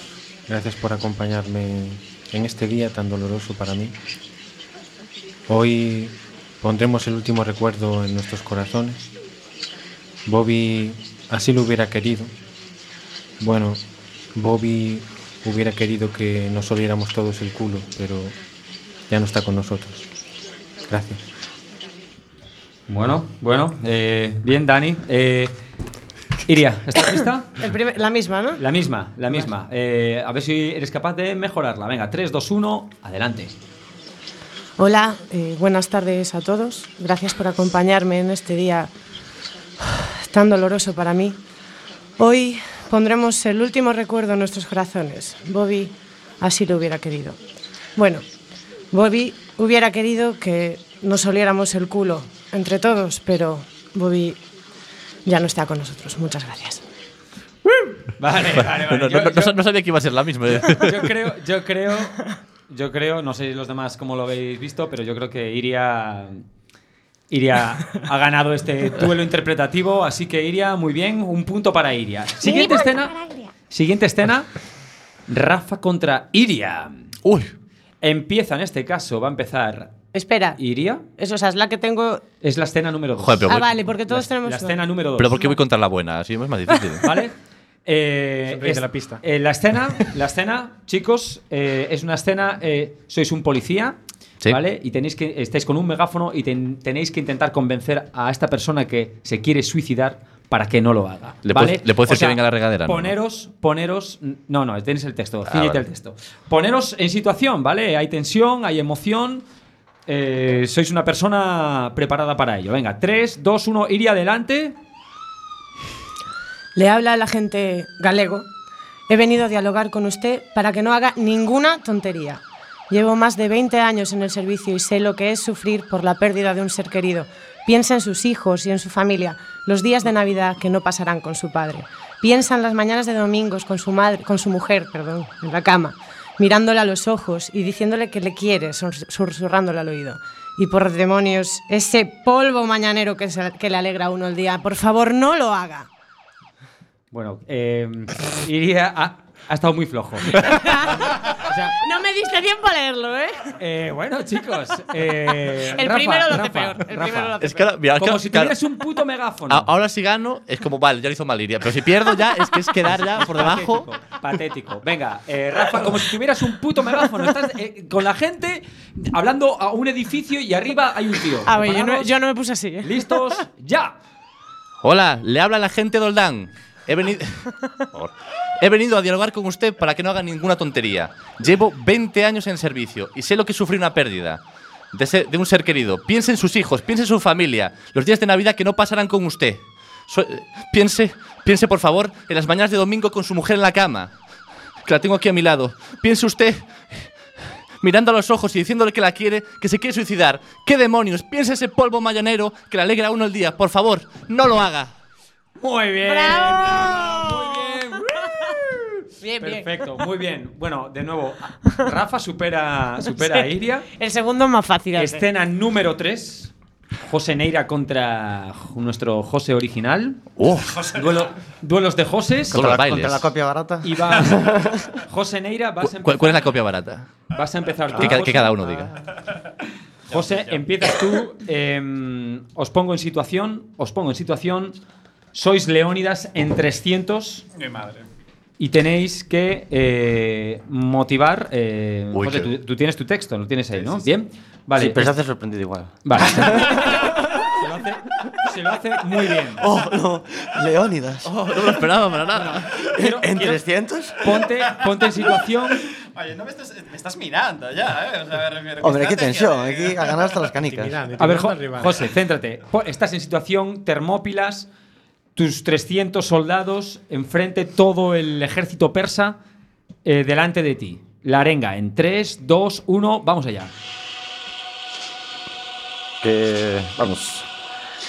[SPEAKER 1] Gracias por acompañarme en este día tan doloroso para mí. Hoy pondremos el último recuerdo en nuestros corazones. Bobby así lo hubiera querido. Bueno, Bobby hubiera querido que nos oliéramos todos el culo, pero ya no está con nosotros. Gracias.
[SPEAKER 2] Bueno, bueno. eh, bien, Dani. Eh, Iria, ¿estás lista?
[SPEAKER 8] El primer- la misma, ¿no?
[SPEAKER 2] La misma, la misma. Eh, a ver si eres capaz de mejorarla. Venga, 3, 2, 1. Adelante.
[SPEAKER 8] Hola, eh, buenas tardes a todos. Gracias por acompañarme en este día tan doloroso para mí. Hoy pondremos el último recuerdo en nuestros corazones. Bobby así lo hubiera querido. Bueno, Bobby hubiera querido que nos oliéramos el culo entre todos, pero Bobby ya no está con nosotros. Muchas gracias.
[SPEAKER 2] Vale, vale, vale.
[SPEAKER 6] No,
[SPEAKER 2] Yo-
[SPEAKER 6] no, no,
[SPEAKER 2] yo-
[SPEAKER 6] no sabía que iba a ser la misma. ¿eh?
[SPEAKER 2] yo creo, yo creo, yo creo, no sé los demás cómo lo habéis visto, pero yo creo que Iria, Iria ha ganado este duelo interpretativo, así que Iria, muy bien, un punto para Iria. Siguiente escena, siguiente escena, Rafa contra Iria.
[SPEAKER 6] Uy,
[SPEAKER 2] Empieza en este caso, va a empezar
[SPEAKER 8] Espera,
[SPEAKER 2] Iria,
[SPEAKER 8] eso o sea, es la que tengo.
[SPEAKER 2] es la escena número 2.
[SPEAKER 6] Joder, pero
[SPEAKER 8] Ah,
[SPEAKER 6] voy-
[SPEAKER 8] vale, porque todos
[SPEAKER 2] la,
[SPEAKER 8] tenemos.
[SPEAKER 2] la
[SPEAKER 8] una.
[SPEAKER 2] escena Ah, número 2.
[SPEAKER 6] pero ¿por qué voy contra la buena? Así es más difícil.
[SPEAKER 2] ¿Vale? Eh,
[SPEAKER 1] Sonríe de la pista.
[SPEAKER 2] eh, la escena, la escena, chicos, eh, es una escena. eh, sois un policía,
[SPEAKER 6] Sí.
[SPEAKER 2] ¿vale? Y tenéis que estáis con un megáfono y ten- tenéis que intentar convencer a esta persona que se quiere suicidar para que no lo haga.
[SPEAKER 6] ¿Le
[SPEAKER 2] ¿vale?
[SPEAKER 6] puedes- le puedes decir que venga a la regadera, no,
[SPEAKER 2] Poneros, poneros, no, no, tenéis el texto,
[SPEAKER 6] Ah,
[SPEAKER 2] cíñete
[SPEAKER 6] vale.
[SPEAKER 2] el texto. Poneros en situación, ¿vale? Hay tensión, hay emoción. eh, sois una persona preparada para ello. Venga, 3, 2, 1, iría adelante.
[SPEAKER 8] Le habla el agente galego. He venido a dialogar con usted para que no haga ninguna tontería. Llevo más de 20 años en el servicio y sé lo que es sufrir por la pérdida de un ser querido. Piensa en sus hijos y en su familia, los días de Navidad que no pasarán con su padre. Piensa en las mañanas de domingos con su madre, con su mujer, perdón, en la cama, mirándole a los ojos y diciéndole que le quiere, sur- susurrándole al oído. Y por demonios, ese polvo mañanero que, se- que le alegra a uno el día, por favor, no lo haga.
[SPEAKER 2] Bueno, eh, iría. Ha, ha estado muy flojo. O sea,
[SPEAKER 8] No me diste tiempo a leerlo, ¿eh?
[SPEAKER 2] eh, bueno, chicos. eh,
[SPEAKER 8] El
[SPEAKER 2] Rafa,
[SPEAKER 8] primero lo hace
[SPEAKER 2] Rafa,
[SPEAKER 8] peor. El
[SPEAKER 2] Rafa.
[SPEAKER 8] primero lo hace
[SPEAKER 6] Es que ahora, mira, es que
[SPEAKER 2] Como
[SPEAKER 6] ahora-
[SPEAKER 2] si
[SPEAKER 6] claro,
[SPEAKER 2] tuvieras un puto megáfono.
[SPEAKER 6] a- ahora si gano, es como, vale, ya lo hizo mal Iria. Pero si pierdo ya, es que es quedar ya por debajo.
[SPEAKER 2] Patético, patético. Venga, eh, Rafa, como si tuvieras un puto megáfono. Estás eh, con la gente hablando a un edificio y arriba hay un tío.
[SPEAKER 8] A ver, yo no,
[SPEAKER 2] ¿Preparados?
[SPEAKER 8] yo no me puse así. ¿eh?
[SPEAKER 2] ¿Listos? ¡Ya!
[SPEAKER 6] Hola, le habla la gente de Oldán. He venido, he venido a dialogar con usted para que no haga ninguna tontería. Llevo 20 años en servicio y sé lo que es sufrir una pérdida de, ser- de un ser querido. Piense en sus hijos, piense en su familia, los días de Navidad que no pasarán con usted. So- eh, piense, piense por favor en las mañanas de domingo con su mujer en la cama, que la tengo aquí a mi lado. Piense usted mirando a los ojos y diciéndole que la quiere, que se quiere suicidar. ¿Qué demonios? Piensa ese polvo mayanero que le alegra a uno el día. Por favor, no lo haga.
[SPEAKER 2] Muy bien.
[SPEAKER 8] ¡Bravo!
[SPEAKER 2] Muy bien.
[SPEAKER 8] Bien, bien.
[SPEAKER 2] Perfecto, muy bien. Bueno, de nuevo, Rafa supera, Ah, supera a Iria.
[SPEAKER 8] El segundo es más fácil. a veces.
[SPEAKER 2] Escena número 3. José Neira contra nuestro José original. Duelo- duelos de Joses.
[SPEAKER 6] Con
[SPEAKER 3] Oh. Contra
[SPEAKER 6] los
[SPEAKER 3] la,
[SPEAKER 6] bailes.
[SPEAKER 3] contra la copia barata.
[SPEAKER 2] Y vas. José Neira, vas a,
[SPEAKER 6] ¿Cu- ¿Cuál,
[SPEAKER 2] empezar,
[SPEAKER 6] cuál es la copia barata?
[SPEAKER 2] vas a empezar tú.
[SPEAKER 6] Que, ca- que
[SPEAKER 2] José. Ah.
[SPEAKER 6] cada uno diga.
[SPEAKER 2] José, empiezas tú. em, os pongo en situación. Os pongo en situación. Sois Leónidas en 300
[SPEAKER 7] Mi madre.
[SPEAKER 2] y tenéis que eh, motivar. eh,
[SPEAKER 6] Uy,
[SPEAKER 2] José,
[SPEAKER 6] qué-
[SPEAKER 2] tú, tú tienes tu texto, lo tienes ahí, ¿no? Bien. Vale.
[SPEAKER 3] sí, pero se
[SPEAKER 2] es-
[SPEAKER 3] hace sorprendido igual.
[SPEAKER 2] Vale. se, lo hace, se lo hace muy bien. Oh,
[SPEAKER 3] Oh, no. Leónidas.
[SPEAKER 6] No me lo esperaba para nada.
[SPEAKER 2] Quiero-
[SPEAKER 3] ¿En
[SPEAKER 2] quiero-
[SPEAKER 3] 300?
[SPEAKER 2] ponte, ponte en situación.
[SPEAKER 7] Oye, no me estás, me estás mirando ya, ¿eh? O sea, me refiero,
[SPEAKER 3] Hombre, qué
[SPEAKER 7] estrategia
[SPEAKER 3] tensión.
[SPEAKER 7] de-
[SPEAKER 3] Aquí a ganar hasta las canicas.
[SPEAKER 1] Intimidante,
[SPEAKER 2] A ver, Jo-
[SPEAKER 1] intimidante rival.
[SPEAKER 2] José, céntrate. Po- Estás en situación termópilas, tus 300 soldados, enfrente todo el ejército persa eh, delante de ti. La arenga en 3, 2, 1, vamos allá.
[SPEAKER 3] Que. Vamos.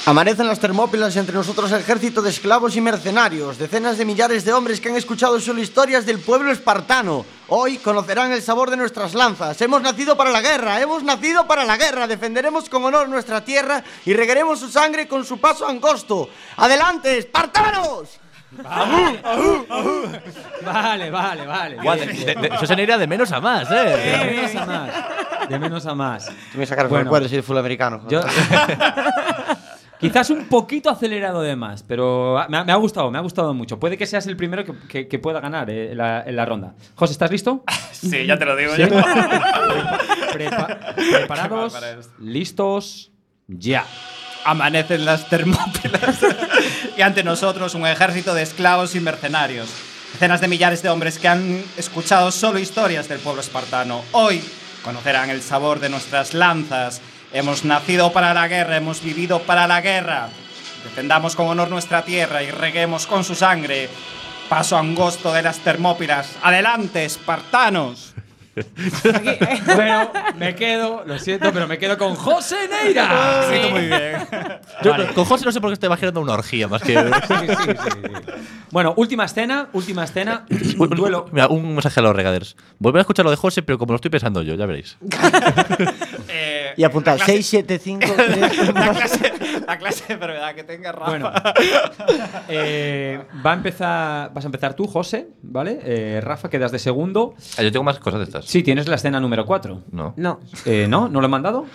[SPEAKER 3] Amanecen las Termópilas y entre nosotros el ejército de esclavos y mercenarios, decenas de millares de hombres que han escuchado solo historias del pueblo espartano. Hoy conocerán el sabor de nuestras lanzas. Hemos nacido para la guerra, hemos nacido para la guerra. Defenderemos con honor nuestra tierra y regaremos su sangre con su paso angosto. ¡Adelante, espartanos!
[SPEAKER 2] Vale, vale, vale.
[SPEAKER 6] Guau, de- de- de- Eso se iría de menos a más,
[SPEAKER 2] De
[SPEAKER 6] ¿eh?
[SPEAKER 2] menos a más. De menos a más.
[SPEAKER 3] Tú me sacaron
[SPEAKER 2] Bueno.
[SPEAKER 3] recuerdos, soy full americano.
[SPEAKER 2] Yo- Quizás un poquito acelerado de más, pero me ha, me ha gustado, me ha gustado mucho. Puede que seas el primero que, que- que pueda ganar eh, la- en la ronda. José, ¿estás listo?
[SPEAKER 7] Sí, ya te lo digo yo.
[SPEAKER 2] Prepa-
[SPEAKER 7] mal
[SPEAKER 2] preparados,
[SPEAKER 7] para esto.
[SPEAKER 2] listos, ya.
[SPEAKER 7] Amanecen las Termópilas y ante nosotros un ejército de esclavos y mercenarios. Decenas de millares de hombres que han escuchado solo historias del pueblo espartano. Hoy conocerán el sabor de nuestras lanzas. Hemos nacido para la guerra, hemos vivido para la guerra. Defendamos con honor nuestra tierra y reguemos con su sangre. Paso angosto de las Termópilas. ¡Adelante, espartanos!
[SPEAKER 2] Bueno, me quedo, lo siento, pero me quedo con José
[SPEAKER 7] Ah,
[SPEAKER 2] Neira.
[SPEAKER 6] Yo
[SPEAKER 2] Vale.
[SPEAKER 6] no- con José no sé por qué estoy imaginando una orgía más que.
[SPEAKER 2] Sí, sí, sí, sí. Bueno, última escena, última escena, un duelo.
[SPEAKER 6] Mira, un mensaje a los regaderos. Volver a escuchar lo de José, pero como lo estoy pensando yo, ya veréis.
[SPEAKER 3] y apuntar 6, 7, 5, 3,
[SPEAKER 7] La clase, la clase de enfermedad que tenga Rafa.
[SPEAKER 2] Bueno, eh, va a empezar, vas a empezar tú, José, ¿vale? Eh, Rafa, quedas de segundo.
[SPEAKER 6] Ah, yo tengo más cosas de estas.
[SPEAKER 2] Sí, tienes la escena número 4.
[SPEAKER 6] No.
[SPEAKER 8] No.
[SPEAKER 2] ¿No? ¿No lo he mandado?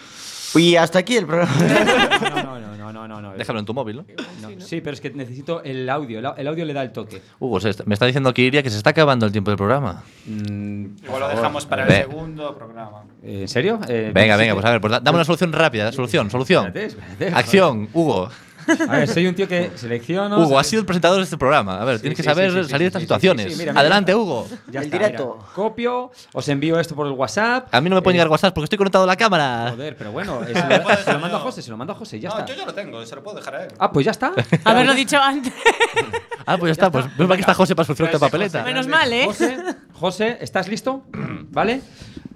[SPEAKER 3] Y hasta aquí el programa.
[SPEAKER 2] No, no, no, no, no. no, no.
[SPEAKER 6] Déjalo en tu móvil, ¿no?
[SPEAKER 2] No. Sí, pero es que necesito el audio. El au- el audio le da el toque.
[SPEAKER 6] Hugo, se está- me está diciendo Kiria que se está acabando el tiempo del programa.
[SPEAKER 7] Igual lo dejamos para el
[SPEAKER 6] Ve.
[SPEAKER 7] segundo programa.
[SPEAKER 2] Eh, Mm, ¿En serio? Eh,
[SPEAKER 6] Venga, venga,
[SPEAKER 2] sí.
[SPEAKER 6] pues a ver, pues da- dame una solución rápida. Solución, solución.
[SPEAKER 2] Espérate, espérate.
[SPEAKER 6] Acción, Hugo.
[SPEAKER 2] A ver, soy un tío que selecciono.
[SPEAKER 6] Hugo, has
[SPEAKER 2] selecciono-
[SPEAKER 6] sido el presentador de este programa. A ver,
[SPEAKER 2] Sí,
[SPEAKER 6] tienes que
[SPEAKER 2] sí, sí,
[SPEAKER 6] saber
[SPEAKER 2] sí, sí,
[SPEAKER 6] salir de estas
[SPEAKER 2] sí, sí, sí,
[SPEAKER 6] situaciones.
[SPEAKER 2] sí, mira, mira.
[SPEAKER 6] Adelante, Hugo.
[SPEAKER 2] Ya
[SPEAKER 3] El
[SPEAKER 2] está,
[SPEAKER 3] directo.
[SPEAKER 2] mira, copio, os envío esto por el WhatsApp.
[SPEAKER 6] A mí no me pueden
[SPEAKER 2] Eh,
[SPEAKER 6] llegar WhatsApp porque estoy conectado a la cámara.
[SPEAKER 2] Joder, pero bueno, eh, se, lo, se lo mando
[SPEAKER 7] yo.
[SPEAKER 2] a José, se lo mando a José, ya
[SPEAKER 7] no,
[SPEAKER 2] está.
[SPEAKER 7] yo ya lo tengo, se lo puedo dejar a él.
[SPEAKER 2] Ah, pues ya está.
[SPEAKER 8] Haberlo dicho antes.
[SPEAKER 6] Ah, pues ya está. Pues ven para que está José para solucionar esta papeleta.
[SPEAKER 8] Menos mal, ¿eh?
[SPEAKER 2] José, José, ¿estás listo? ¿Vale?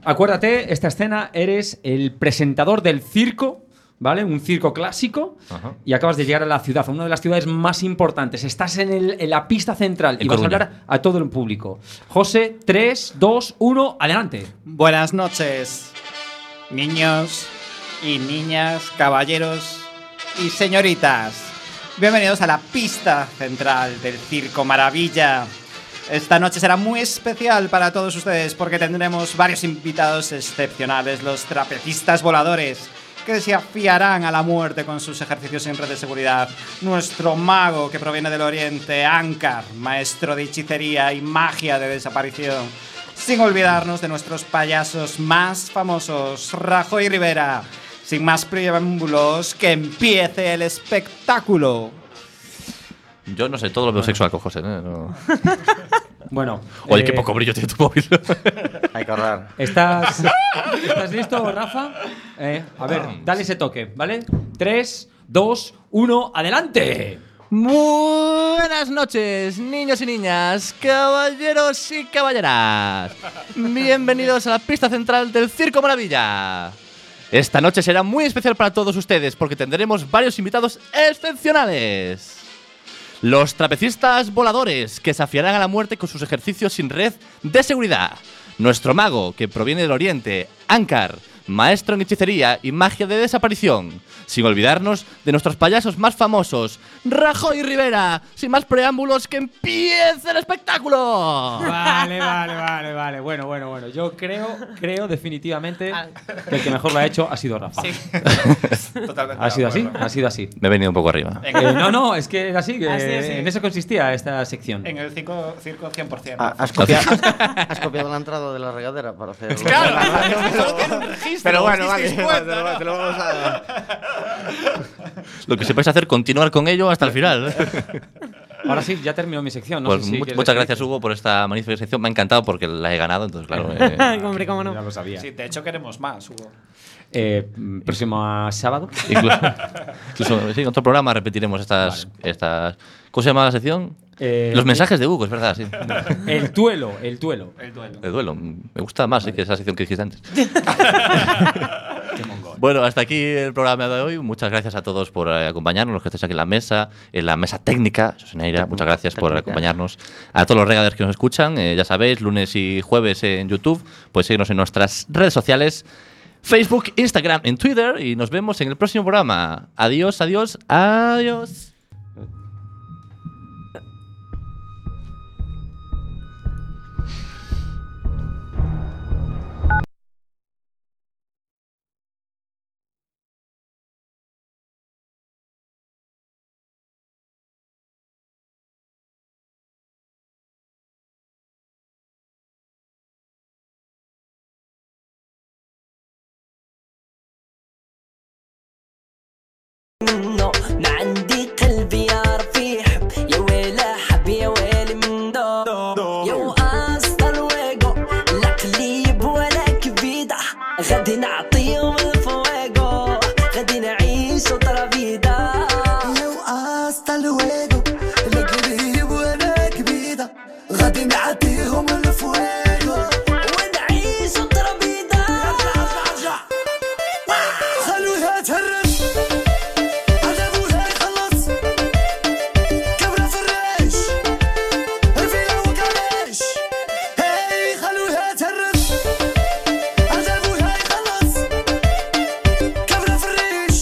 [SPEAKER 2] Acuérdate, esta escena eres el presentador del circo, ¿vale? Un circo clásico.
[SPEAKER 6] Ajá.
[SPEAKER 2] Y acabas de llegar a la ciudad, a una de las ciudades más importantes. Estás en, el- en la pista central y
[SPEAKER 6] En
[SPEAKER 2] vas a
[SPEAKER 6] Coruña.
[SPEAKER 2] hablar a todo el público. José, 3, 2, 1, adelante.
[SPEAKER 7] Buenas noches, niños y niñas, caballeros y señoritas. Bienvenidos a la pista central del Circo Maravilla. Esta noche será muy especial para todos ustedes porque tendremos varios invitados excepcionales, los trapecistas voladores, que se afiarán a la muerte con sus ejercicios en red de seguridad. Nuestro mago que proviene del oriente, Ankar, maestro de hechicería y magia de desaparición. Sin olvidarnos de nuestros payasos más famosos, Rajoy y Rivera. Sin más preámbulos, que empiece el espectáculo.
[SPEAKER 6] Yo no sé, todo lo veo sexual con José. ¿eh? No.
[SPEAKER 2] Bueno.
[SPEAKER 6] Oye,
[SPEAKER 2] eh,
[SPEAKER 6] qué poco brillo tiene tu móvil.
[SPEAKER 3] Hay que ahorrar.
[SPEAKER 2] ¿Estás, ¿Estás listo, Rafa? Eh, a ver, dale ese toque, ¿vale? 3, 2, 1, adelante.
[SPEAKER 6] Buenas noches, niños y niñas, caballeros y caballeras. Bienvenidos a la pista central del Circo Maravilla. Esta noche será muy especial para todos ustedes porque tendremos varios invitados excepcionales. Los trapecistas voladores que safiarán a la muerte con sus ejercicios sin red de seguridad. Nuestro mago, que proviene del oriente, Ankar, maestro en hechicería y magia de desaparición. Sin olvidarnos de nuestros payasos más famosos, Rajoy y Rivera. Sin más preámbulos, que empiece el espectáculo.
[SPEAKER 2] Vale, vale, vale, vale. Bueno, bueno, bueno. Yo creo, creo definitivamente
[SPEAKER 7] Ah.
[SPEAKER 2] que el que mejor lo ha hecho ha sido Rafa.
[SPEAKER 10] Totalmente.
[SPEAKER 2] Ha
[SPEAKER 10] de
[SPEAKER 2] sido así,
[SPEAKER 10] acuerdo.
[SPEAKER 2] ha sido así.
[SPEAKER 6] Me he venido un poco arriba.
[SPEAKER 10] En,
[SPEAKER 2] Eh, no, no, es que era así, que
[SPEAKER 7] Ah,
[SPEAKER 8] Ha sido así.
[SPEAKER 2] en eso consistía esta sección.
[SPEAKER 10] en el circo, circo 100%.
[SPEAKER 3] Ah, ¿Has copiado, has copiado la entrada de la regadera para hacer.
[SPEAKER 4] Pero bueno, vale.
[SPEAKER 6] Lo que sepáis hacer, continuar con ello hasta el final.
[SPEAKER 2] Ahora sí, ya terminó mi sección. No
[SPEAKER 6] Pues
[SPEAKER 2] sé si
[SPEAKER 6] mu-
[SPEAKER 2] quieres
[SPEAKER 6] muchas gracias,
[SPEAKER 2] decir-
[SPEAKER 6] Hugo, por esta magnífica sección. Me ha encantado porque la he ganado, entonces, claro. eh,
[SPEAKER 8] Hombre, cómo no.
[SPEAKER 2] Ya lo sabía.
[SPEAKER 10] Sí, de hecho queremos más, Hugo.
[SPEAKER 2] Eh, mm, próximo a sábado.
[SPEAKER 6] incluso, incluso, sí, en otro programa repetiremos estas, estas. ¿Cómo se llama la sección?
[SPEAKER 2] Eh,
[SPEAKER 6] Los mensajes de Hugo, es verdad, sí.
[SPEAKER 2] El duelo, el duelo.
[SPEAKER 10] El duelo.
[SPEAKER 6] De duelo. Me gusta más eh, que esa sección que dijiste antes. bueno, hasta aquí el programa de hoy. Muchas gracias a todos por eh, acompañarnos, los que estáis aquí en la mesa, en la mesa técnica. Soseneira, muchas gracias por
[SPEAKER 3] técnica.
[SPEAKER 6] acompañarnos. A todos los regadores que nos escuchan, eh, ya sabéis, lunes y jueves en YouTube, pues seguirnos en nuestras redes sociales. Facebook, Instagram, en Twitter y nos vemos en el próximo programa. Adiós, adiós, adiós.
[SPEAKER 5] منه ما عندي قلبي يعرف يحب يا ويلي حب يا ويلي من دو يا واصدر ويقو لا قليب ولا كبيدة غادي نعطيهم الفويقو غادي نعيش طرا بيدا يا واصدر ويقو لا قليب ولا كبيدة غادي نعطيهم الفويقو ونعيش طرا بيدا خلوها تهرس عذابوها يخلص كبرة في الريش رفيع وكريش هاي خلوها تهرس عذابوها يخلص كبرة في الريش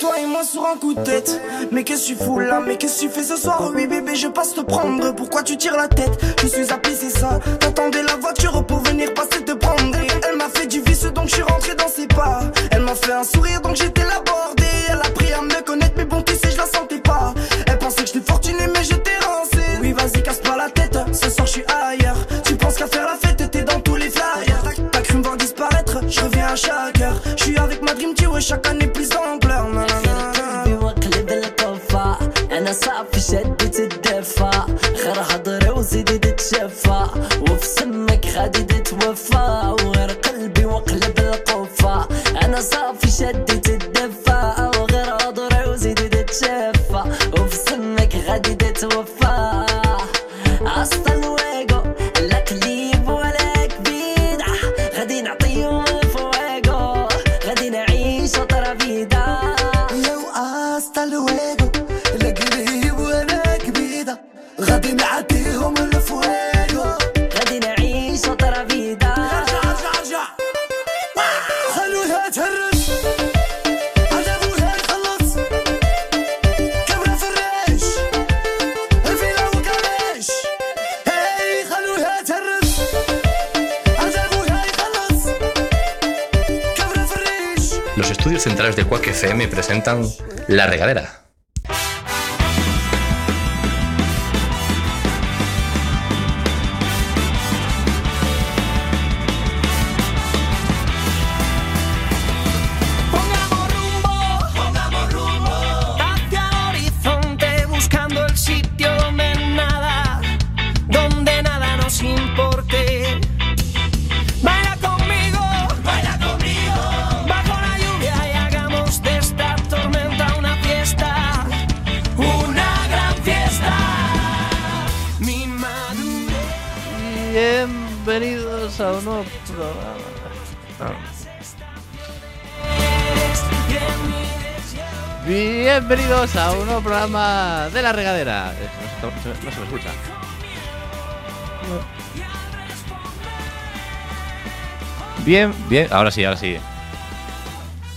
[SPEAKER 5] Toi et moi sur un coup de tête Mais qu'est-ce que tu fous là Mais qu'est-ce que tu fais ce soir Oui bébé je passe te prendre Pourquoi tu tires la tête Je suis appelé c'est ça T'attendais la voiture pour venir passer te prendre Et Elle m'a fait du vice donc je suis rentré dans ses pas Elle m'a fait un sourire donc j'étais la bordée Elle a appris à me connaître mais bon tu sais je la sentais pas Elle pensait que j'étais fortuné mais j'étais rincé Oui vas-y casse pas la tête Ce soir je suis ailleurs Tu penses qu'à faire la fête t'es dans tous les flyers T'as cru me voir disparaître Je reviens à chaque heure Je suis avec ma dream team ouais, chaque année plus d'ampleur Nanana.
[SPEAKER 12] قلبي واقلب القفا انا صافي شدت الدفا غير هضري وزيد تتشفى وفي سمك غادي تتوفى وغير قلبي واقلب القفا انا صافي شدت الدفا وغير هضري وزيد تتشفى وفي سمك غادي تتوفى اصلا الويقو لا قليب ولا كبيد آه، غادي نعطيهم الفويقو غادي نعيش طرا بيدا
[SPEAKER 5] لو هasta luego لا قريب ولا كبيدة آه، غادي نعديهم الفويقو
[SPEAKER 12] غادي نعيش طرا بيدا
[SPEAKER 5] ارجع ارجع ارجع خلوها تهرس عذابوها يخلص كبرة في الريش الفيلا وكريش هاي خلوها تهرس عذابوها يخلص كبرة في الريش
[SPEAKER 4] Los estudios centrales de Quack FM presentan La Regadera.
[SPEAKER 5] Pongamos rumbo, pongamos rumbo hacia el horizonte buscando el sitio donde nada, donde nada nos importe. Baila conmigo, baila conmigo bajo la lluvia y hagamos de esta tormenta una fiesta, una gran fiesta. Mi madre.
[SPEAKER 6] Bienvenidos a un nuevo programa. Ah. Bienvenidos a un nuevo programa de la regadera. Eh, No se, no se me escucha. Bien, bien. Ahora sí, ahora sí.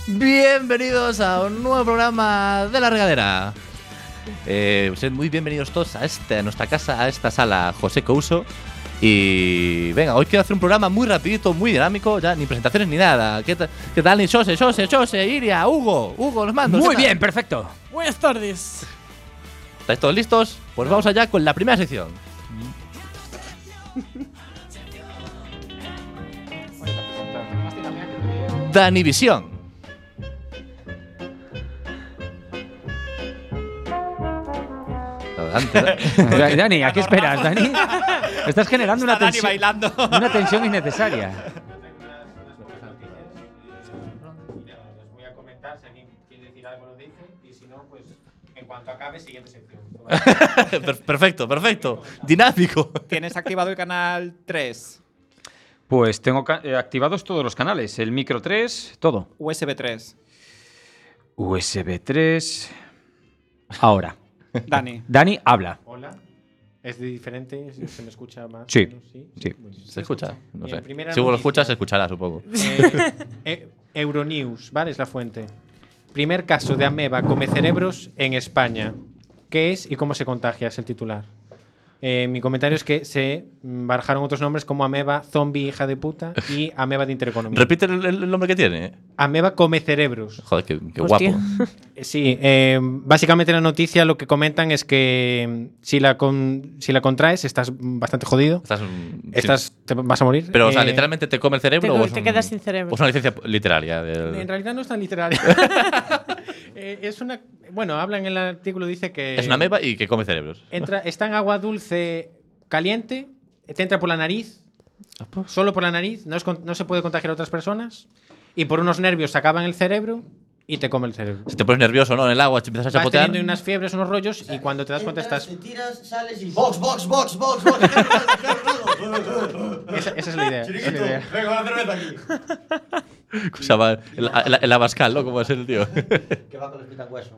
[SPEAKER 6] Bienvenidos a un nuevo programa de la regadera. Eh, sed muy bienvenidos todos a, este, a nuestra casa, a esta sala, José Couso. Y venga, hoy quiero hacer un programa muy rapidito, muy dinámico, ya ni presentaciones ni nada. ¿Qué, ta- qué tal, ni Jose, Jose, Jose, Iria, Hugo, Hugo, los mando.
[SPEAKER 13] Muy bien,
[SPEAKER 6] perfecto.
[SPEAKER 13] Buenas tardes.
[SPEAKER 6] ¿Estáis todos listos? Pues vamos allá con la primera sección. Danivisión. ¿eh?
[SPEAKER 2] Dani, ¿eh? Dani, ¿a qué esperas, Dani? Estás generando
[SPEAKER 7] Está
[SPEAKER 2] una
[SPEAKER 7] Dani
[SPEAKER 2] tensión,
[SPEAKER 7] bailando.
[SPEAKER 2] una tensión innecesaria.
[SPEAKER 1] pues,
[SPEAKER 6] Per- perfecto, perfecto. Dinámico.
[SPEAKER 7] Tienes activado el canal 3,
[SPEAKER 2] Pues tengo ca- eh, activados todos los canales, el micro 3, todo.
[SPEAKER 7] USB 3.
[SPEAKER 2] USB 3. Ahora.
[SPEAKER 7] Dani.
[SPEAKER 2] Dani habla.
[SPEAKER 1] Hola. ¿Es diferente? ¿Se me escucha más?
[SPEAKER 2] Sí,
[SPEAKER 1] ¿No? ¿Sí?
[SPEAKER 2] sí.
[SPEAKER 1] Muy bien.
[SPEAKER 6] ¿Se escucha? No
[SPEAKER 1] Bien,
[SPEAKER 6] sé.
[SPEAKER 1] primera
[SPEAKER 6] Si Hugo lo
[SPEAKER 1] noticia.
[SPEAKER 6] escucha, se escuchará, supongo.
[SPEAKER 1] Eh, eh, Euronews, ¿vale? Es la fuente. Primer caso de ameba come cerebros en España. ¿Qué es y cómo se contagia? Es el titular. Eh, mi comentario es que se mm, barajaron otros nombres como ameba zombie hija de puta y ameba de intereconomía.
[SPEAKER 6] Repite el, el nombre que tiene. ¿eh?
[SPEAKER 1] Ameba come cerebros.
[SPEAKER 6] Joder, qué, qué
[SPEAKER 1] Hostia.
[SPEAKER 6] guapo.
[SPEAKER 1] Eh, Sí, eh, básicamente la noticia lo que comentan es que mm, si la, con- si la contraes estás mm, bastante jodido.
[SPEAKER 6] Estás, mm,
[SPEAKER 1] Estás-
[SPEAKER 6] sí.
[SPEAKER 1] te vas a morir.
[SPEAKER 6] Pero, o sea,
[SPEAKER 1] Eh,
[SPEAKER 6] literalmente te come el cerebro.
[SPEAKER 1] te-
[SPEAKER 6] o es
[SPEAKER 1] te
[SPEAKER 6] un-
[SPEAKER 1] quedas sin cerebro.
[SPEAKER 6] o es una licencia literaria. del-
[SPEAKER 1] En realidad no es tan literario. Eh, es una. Bueno, hablan en el artículo, dice que.
[SPEAKER 6] es una meba y que come cerebros.
[SPEAKER 1] Entra, está en agua dulce caliente, te entra por la nariz, solo por la nariz, no, es con- no se puede contagiar a otras personas, y por unos nervios se acaba en el cerebro y te come el cerebro.
[SPEAKER 6] Si te pones nervioso, ¿no? En el agua, te empiezas a
[SPEAKER 1] Vas
[SPEAKER 6] chapotear.
[SPEAKER 1] teniendo unas fiebres, unos rollos, y cuando te das cuenta estás...
[SPEAKER 3] Tiras, sales y box, box, box, box, box.
[SPEAKER 1] Esa, esa es la idea. esa es la idea.
[SPEAKER 6] O sea, va- el, el- el abascal, ¿no? ¿Cómo es el tío?
[SPEAKER 3] que va con los pitacuesos.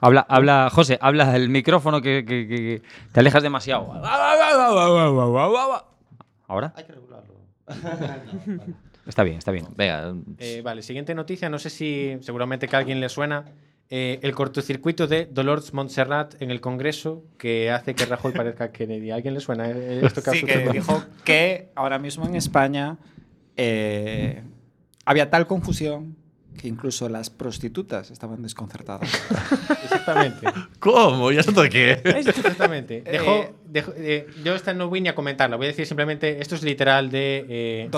[SPEAKER 2] Habla, habla, José, habla el micrófono que, que- que- que te alejas demasiado. Ahora
[SPEAKER 3] Hay que regularlo.
[SPEAKER 2] está bien, está bien.
[SPEAKER 6] Venga.
[SPEAKER 1] Eh, vale, siguiente noticia, no sé si seguramente que a alguien le suena. eh, el cortocircuito de Dolores Montserrat en el Congreso que hace que Rajoy parezca Kennedy. ¿A alguien le suena eh, esto que ha
[SPEAKER 7] Sí, que
[SPEAKER 1] sucedido?
[SPEAKER 7] dijo que ahora mismo en España eh, había tal confusión que incluso las prostitutas estaban desconcertadas.
[SPEAKER 1] Exactamente.
[SPEAKER 6] ¿Cómo? ¿Y esto qué?
[SPEAKER 1] Exactamente. Dejó,
[SPEAKER 7] Eh,
[SPEAKER 1] dejó- eh, yo esta no voy ni a comentarla, voy a decir simplemente, esto es literal de eh,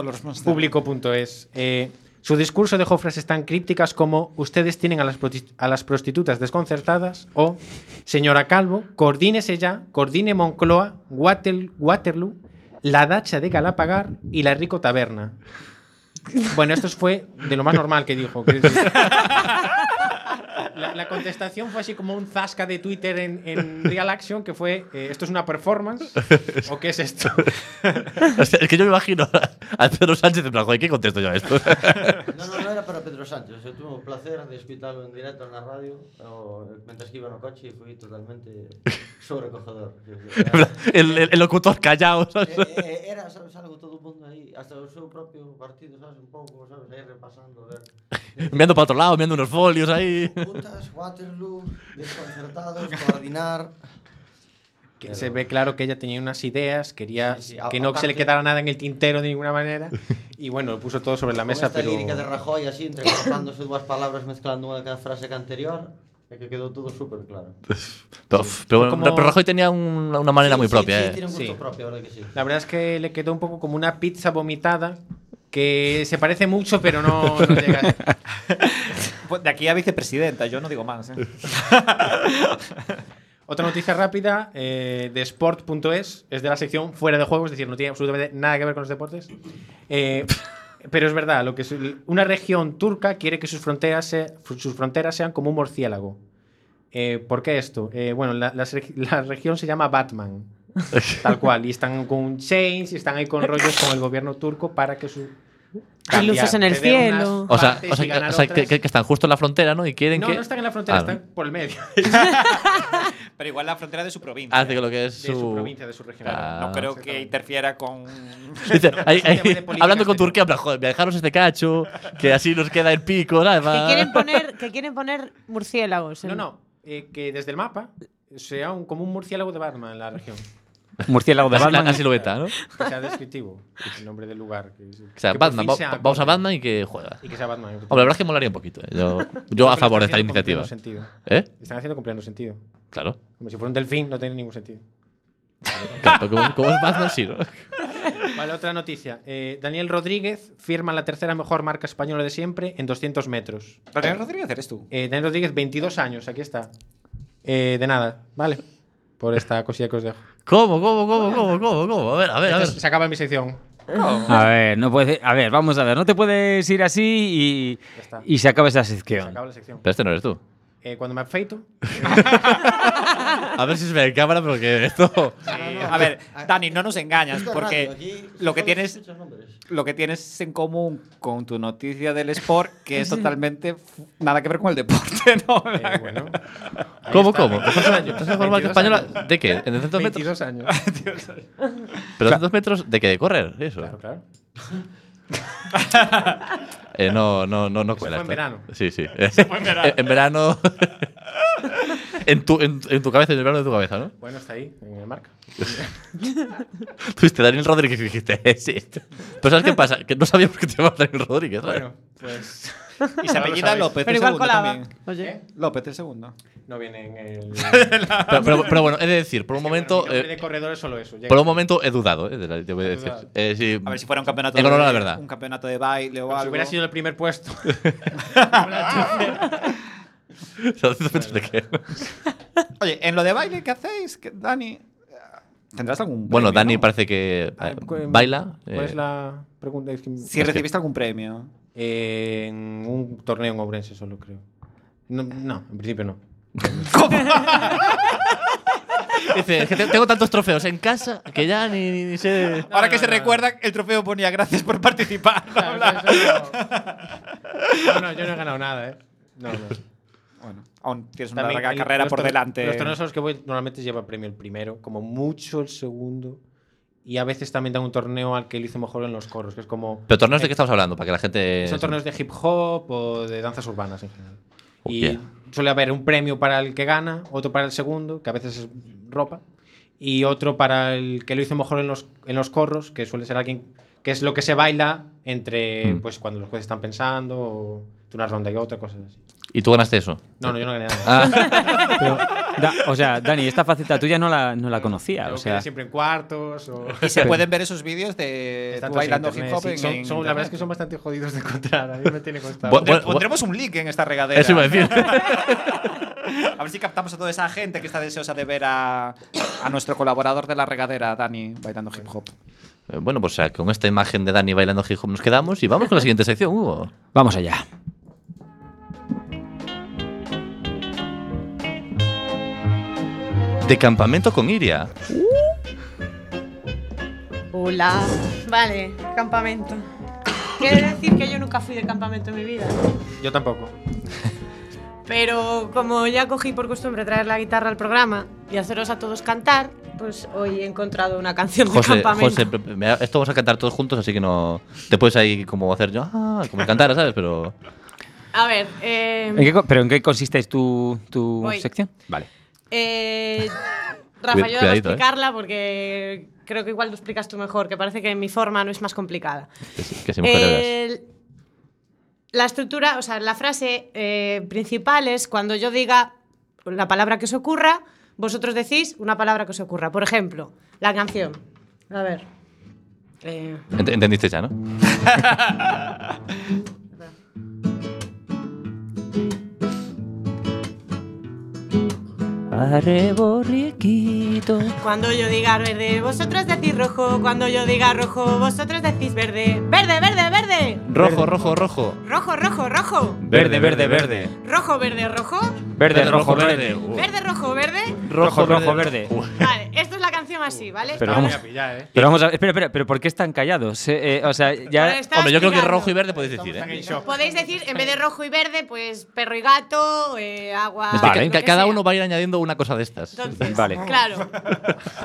[SPEAKER 1] público.es. Eh, su discurso dejó frases tan crípticas como ustedes tienen a las, proti- a las prostitutas desconcertadas o señora Calvo, coordínese ya, coordine Moncloa, Watel- Waterloo, la dacha de Galapagar y la rico taberna. Bueno, esto fue de lo más normal que dijo. quiero decir. La, la contestación fue así como un zasca de Twitter en, en Real Action que fue eh, esto es una performance o qué es esto.
[SPEAKER 6] O sea, es que yo me imagino a Pedro Sánchez en plan, joder, ¿qué contesto yo a esto?
[SPEAKER 3] No, no, no era para Pedro Sánchez. Yo tuve el placer de escucharlo en directo en la radio o, mientras que iba en el coche y fui totalmente sobrecogedor.
[SPEAKER 6] el, el- el locutor callado.
[SPEAKER 3] Eh,
[SPEAKER 6] ¿sabes?
[SPEAKER 3] eh, era, ¿sabes algo? Todo el mundo ahí, hasta el su propio partido, ¿sabes? Un poco, ¿sabes? Ahí repasando, a ver.
[SPEAKER 1] eh.
[SPEAKER 6] Mirando para otro lado, mirando unos folios ahí.
[SPEAKER 3] Putas, Waterloo, desconcertados, coordinar.
[SPEAKER 1] Que se ve claro que ella tenía unas ideas, quería
[SPEAKER 3] Sí, sí, a-
[SPEAKER 1] que no se le
[SPEAKER 3] aparte-
[SPEAKER 1] quedara nada en el tintero de ninguna manera y bueno, lo puso todo sobre la
[SPEAKER 3] Con
[SPEAKER 1] mesa,
[SPEAKER 3] esta
[SPEAKER 1] pero
[SPEAKER 3] lírica de Rajoy así, entrecortándose dos palabras, mezclando una ca- frase que anterior, de que quedó todo súper claro.
[SPEAKER 6] Pero, pero bueno,
[SPEAKER 1] como-
[SPEAKER 6] pero Rajoy tenía un- una manera
[SPEAKER 3] Sí,
[SPEAKER 6] muy
[SPEAKER 3] sí,
[SPEAKER 6] propia,
[SPEAKER 3] sí,
[SPEAKER 6] ¿eh?
[SPEAKER 3] tiene un gusto propio, la verdad que sí.
[SPEAKER 1] la verdad es que le quedó un poco como una pizza vomitada que se parece mucho pero no, no llega.
[SPEAKER 7] Pues De aquí a vicepresidenta, yo no digo más. ¿eh?
[SPEAKER 1] Otra noticia rápida eh, de sport.es, es de la sección fuera de juego, es decir, no tiene absolutamente nada que ver con los deportes. Eh, pero es verdad, lo que es- una región turca quiere que sus fronteras, se- sus fronteras sean como un murciélago. Eh, ¿Por qué esto? Eh, bueno, la, la se- la región se llama Batman, tal cual, y están con chains y están ahí con rollos con el gobierno turco para que su
[SPEAKER 8] Y luces en el
[SPEAKER 6] Cambiarte de
[SPEAKER 8] cielo.
[SPEAKER 6] unas O sea,
[SPEAKER 1] partes
[SPEAKER 6] o sea,
[SPEAKER 1] y
[SPEAKER 6] que,
[SPEAKER 1] ganar
[SPEAKER 6] o sea, que-
[SPEAKER 1] otras.
[SPEAKER 6] que- que están justo en la frontera, ¿no? Y quieren
[SPEAKER 1] No,
[SPEAKER 6] que.
[SPEAKER 1] no están en la frontera,
[SPEAKER 6] Ah,
[SPEAKER 1] están por el medio.
[SPEAKER 7] Pero igual la frontera de su provincia.
[SPEAKER 6] Hace que Ah, lo que es
[SPEAKER 7] De su
[SPEAKER 6] su-
[SPEAKER 7] provincia, de su región.
[SPEAKER 6] Claro.
[SPEAKER 7] No creo que interfiera con.
[SPEAKER 6] Dice,
[SPEAKER 7] No,
[SPEAKER 6] ahí-
[SPEAKER 7] es un
[SPEAKER 6] ahí,
[SPEAKER 7] tema de política.
[SPEAKER 6] hablando con Turquía, en plan, joder, viajaros este cacho, que así nos queda el pico,
[SPEAKER 8] Que
[SPEAKER 6] nada.
[SPEAKER 8] quieren poner, que quieren poner murciélagos.
[SPEAKER 1] No, no. eh, que desde el mapa sea un, como un murciélago de Batman en la región.
[SPEAKER 6] Murciélago de Así- Batman. la- la silueta, ¿no?
[SPEAKER 1] Que sea descriptivo el nombre del lugar. Que,
[SPEAKER 6] O sea,
[SPEAKER 1] que por
[SPEAKER 6] Batman,
[SPEAKER 1] fin
[SPEAKER 6] va-
[SPEAKER 1] sea
[SPEAKER 6] vamos a
[SPEAKER 1] Gotham.
[SPEAKER 6] Batman y que juega.
[SPEAKER 1] Y que sea Batman.
[SPEAKER 6] Hombre, la verdad es que molaría un poquito. ¿eh? Yo, yo
[SPEAKER 1] Creo
[SPEAKER 6] a
[SPEAKER 1] que lo
[SPEAKER 6] favor de esta
[SPEAKER 1] están haciendo con pleno
[SPEAKER 6] iniciativa.
[SPEAKER 1] sentido.
[SPEAKER 6] ¿Eh?
[SPEAKER 1] Están haciendo con pleno sentido.
[SPEAKER 6] Claro.
[SPEAKER 1] Como si fuera un delfín, no tiene ningún sentido.
[SPEAKER 6] Claro, como, como es Batman, sí, ¿no?
[SPEAKER 1] Vale, otra noticia. Eh, Daniel Rodríguez firma la tercera mejor marca española de siempre en 200 metros.
[SPEAKER 14] ¿Daniel Rodríguez eres tú?
[SPEAKER 1] Eh, Daniel Rodríguez, 22 años, aquí está. Eh, de nada, vale. Por esta cosilla que os dejo.
[SPEAKER 6] ¿Cómo, cómo, cómo, cómo, cómo, cómo? A ver, a ver, a ver. Ah.
[SPEAKER 1] Esta es- Este Se acaba mi sección. Ah.
[SPEAKER 2] A ver, no puede, a ver, vamos a ver, no te puedes ir así
[SPEAKER 1] está.
[SPEAKER 2] y, y se acaba esa
[SPEAKER 1] Se
[SPEAKER 2] sección.
[SPEAKER 1] acaba la sección.
[SPEAKER 6] Pero este no eres tú.
[SPEAKER 1] Eh, cuando me afeito.
[SPEAKER 6] A ver si se ve en cámara, pero que esto.
[SPEAKER 7] Eh, a ver, Dani, no nos engañas,
[SPEAKER 3] Esto es
[SPEAKER 7] porque
[SPEAKER 3] radio, aquí
[SPEAKER 7] lo que
[SPEAKER 3] solo
[SPEAKER 7] tienes.
[SPEAKER 3] escuchas nombres.
[SPEAKER 7] Lo que tienes en común con tu noticia del sport, que es
[SPEAKER 3] Sí.
[SPEAKER 7] totalmente fu- nada que ver con el deporte, ¿no?
[SPEAKER 3] Eh,
[SPEAKER 1] Ahí
[SPEAKER 6] ¿Cómo,
[SPEAKER 1] está,
[SPEAKER 6] cómo?
[SPEAKER 1] 22
[SPEAKER 6] ¿Mejor
[SPEAKER 1] años.
[SPEAKER 6] mejor marca
[SPEAKER 1] 22
[SPEAKER 6] española?
[SPEAKER 1] años.
[SPEAKER 6] ¿De qué? ¿En 200 metros?
[SPEAKER 1] 22 años.
[SPEAKER 6] ¿Pero 200 metros de qué? ¿De correr? Eso.
[SPEAKER 1] Claro, claro.
[SPEAKER 6] Eh, no, no, no, no cuela. esto.
[SPEAKER 1] fue en verano.
[SPEAKER 6] Sí, sí.
[SPEAKER 1] Eso fue en verano.
[SPEAKER 6] en verano. en, tu, en, en tu cabeza, en el verano de tu cabeza, ¿no?
[SPEAKER 1] Bueno, está ahí, en el marca.
[SPEAKER 6] Tuviste Daniel Rodríguez y dijiste, "Eh, sí. esto". Pero ¿sabes qué pasa? Que no sabíamos que te llamabas Daniel Rodríguez. ¿sabes?
[SPEAKER 1] Bueno, pues.
[SPEAKER 7] Y se
[SPEAKER 1] Ahora lo
[SPEAKER 7] apellida
[SPEAKER 1] sabéis. ¿Eh?
[SPEAKER 7] López
[SPEAKER 8] Pero
[SPEAKER 7] el
[SPEAKER 8] igual
[SPEAKER 7] segundo
[SPEAKER 8] colaba.
[SPEAKER 7] también.
[SPEAKER 8] Oye.
[SPEAKER 7] López el segundo.
[SPEAKER 1] No viene en el.
[SPEAKER 6] Pero, pero- pero bueno, he de decir, por un momento.
[SPEAKER 1] Bueno, mi nombre
[SPEAKER 6] eh,
[SPEAKER 1] de corredor es solo eso. llega.
[SPEAKER 6] por un momento he dudado, eh, de la- te voy a decir.
[SPEAKER 1] dudado.
[SPEAKER 6] Eh, sí,
[SPEAKER 7] A ver si fuera un campeonato,
[SPEAKER 6] En honor
[SPEAKER 7] de,
[SPEAKER 6] a la verdad.
[SPEAKER 7] un campeonato de baile o
[SPEAKER 1] Pero Si
[SPEAKER 7] algo.
[SPEAKER 1] hubiera sido el primer puesto.
[SPEAKER 7] Oye, en lo de baile, ¿qué hacéis? ¿Qué- Dani, ¿tendrás algún
[SPEAKER 6] Bueno,
[SPEAKER 7] premio,
[SPEAKER 6] Dani
[SPEAKER 7] no?
[SPEAKER 6] parece que eh,
[SPEAKER 1] Ah, cu-
[SPEAKER 6] baila.
[SPEAKER 1] ¿Cuál es
[SPEAKER 6] eh,
[SPEAKER 1] la pregunta? Es que-
[SPEAKER 7] Si recibiste algún premio.
[SPEAKER 1] Eh, en un torneo en Ourense solo, creo. No, no, en principio
[SPEAKER 6] eh,
[SPEAKER 1] no.
[SPEAKER 6] Dice, "Es que te- tengo tantos trofeos en casa que ya ni, ni- ni sé.
[SPEAKER 7] Ahora que se recuerda, el trofeo ponía gracias por participar. ¿no?
[SPEAKER 1] No, no, yo no he ganado nada, ¿eh? No, no.
[SPEAKER 7] Bueno, aún tienes una
[SPEAKER 1] También
[SPEAKER 7] larga
[SPEAKER 1] hay-
[SPEAKER 7] carrera
[SPEAKER 1] los
[SPEAKER 7] por
[SPEAKER 1] torne-
[SPEAKER 7] delante.
[SPEAKER 1] Los torneos a los que voy normalmente lleva premio el primero, como mucho el segundo. Y a veces también dan un torneo al que lo hizo mejor en los coros, que es como. eh,
[SPEAKER 6] Pero torneos de qué estamos hablando, para que la gente.
[SPEAKER 1] Son torneos de hip hop o de danzas urbanas en general.
[SPEAKER 6] Hostia.
[SPEAKER 1] Y suele haber un premio para el que gana, otro para el segundo, que a veces es ropa, y otro para el que lo hizo mejor en los, en los corros, que suele ser alguien que es lo que se baila entre
[SPEAKER 6] Mm.
[SPEAKER 1] pues cuando los jueces están pensando, o entre una ronda y otra, cosas así.
[SPEAKER 6] Y tú ganaste eso.
[SPEAKER 1] No, no, yo no gané nada.
[SPEAKER 6] Ah.
[SPEAKER 2] Pero, da- o sea, Dani, esta faceta tuya no la, no la conocía.
[SPEAKER 1] Yo
[SPEAKER 2] O
[SPEAKER 1] quedé
[SPEAKER 2] sea,
[SPEAKER 1] siempre en cuartos. O...
[SPEAKER 7] Y se pueden ver esos vídeos de
[SPEAKER 1] Están
[SPEAKER 7] tú
[SPEAKER 1] todos en
[SPEAKER 7] bailando hip
[SPEAKER 1] internet,
[SPEAKER 7] hop.
[SPEAKER 1] sí.
[SPEAKER 7] en-
[SPEAKER 1] Son-
[SPEAKER 7] en
[SPEAKER 1] son- la verdad es
[SPEAKER 7] internet.
[SPEAKER 1] que son bastante jodidos de encontrar. A mí me tiene costado.
[SPEAKER 6] Bu-
[SPEAKER 7] Pondre-
[SPEAKER 6] bu-
[SPEAKER 7] Pondremos un link en esta regadera.
[SPEAKER 6] Eso iba a decir.
[SPEAKER 7] A ver si captamos a toda esa gente que está deseosa de ver a, a nuestro colaborador de la regadera, Dani, bailando hip hop.
[SPEAKER 6] Eh, Bueno, pues o sea, con esta imagen de Dani bailando hip hop nos quedamos y vamos con la siguiente sección, Hugo.
[SPEAKER 2] vamos allá.
[SPEAKER 6] De campamento con Iria.
[SPEAKER 8] Uh. Hola. Vale, campamento. Quiere decir que yo nunca fui de campamento en mi vida.
[SPEAKER 1] Yo tampoco.
[SPEAKER 8] Pero como ya cogí por costumbre traer la guitarra al programa y haceros a todos cantar, pues hoy he encontrado una canción de
[SPEAKER 6] José,
[SPEAKER 8] campamento.
[SPEAKER 6] José, pe- pe- me- esto vamos a cantar todos juntos, así que no. Te puedes ahí como hacer yo, ah, como cantar, ¿sabes? Pero.
[SPEAKER 8] A ver, eh,
[SPEAKER 2] ¿En qué co- ¿Pero en qué consiste tu, tu
[SPEAKER 8] Voy.
[SPEAKER 2] sección? Vale.
[SPEAKER 8] eh,
[SPEAKER 6] Cuid-
[SPEAKER 8] Rafa, yo debo
[SPEAKER 6] cuidadito, ¿eh?
[SPEAKER 8] explicarla porque creo que igual lo explicas tú mejor, que parece que mi forma no es más complicada.
[SPEAKER 6] Que sí, que sí,
[SPEAKER 8] Eh,
[SPEAKER 6] mujeres.
[SPEAKER 8] El- la estructura, o sea, la frase eh, principal es cuando yo diga la palabra que os ocurra, vosotros decís una palabra que os ocurra. Por ejemplo, la canción. A ver. Eh,
[SPEAKER 6] Ent- entendiste ya, ¿no?
[SPEAKER 2] Arreborriquito.
[SPEAKER 8] Cuando yo diga verde, vosotros decís rojo. Cuando yo diga rojo, vosotros decís verde. ¡Verde, verde, verde!
[SPEAKER 6] Rojo, rojo, rojo.
[SPEAKER 8] ¡Rojo, rojo, rojo!
[SPEAKER 2] Verde, verde, verde.
[SPEAKER 8] ¿Rojo, verde, rojo?
[SPEAKER 2] Verde, rojo, verde.
[SPEAKER 8] ¿Verde, rojo, verde?
[SPEAKER 2] Rojo, rojo, verde.
[SPEAKER 8] Vale, esto es la canción así, ¿vale?
[SPEAKER 2] Pero vamos,
[SPEAKER 1] eh.
[SPEAKER 2] pero vamos a ver, espera, espera, pero ¿por qué están callados? Eh, eh, o sea, ya.
[SPEAKER 8] Pero está Hombre, yo creo que explicando. rojo y
[SPEAKER 6] verde podéis decir,
[SPEAKER 2] ¿eh?
[SPEAKER 8] Podéis decir, en vez de rojo y verde, pues perro y gato, eh, agua.
[SPEAKER 6] Es que
[SPEAKER 8] lo
[SPEAKER 6] ca-
[SPEAKER 8] que
[SPEAKER 6] cada
[SPEAKER 8] sea.
[SPEAKER 6] uno va a ir añadiendo una cosa de estas.
[SPEAKER 8] Entonces,
[SPEAKER 6] vale.
[SPEAKER 8] Claro.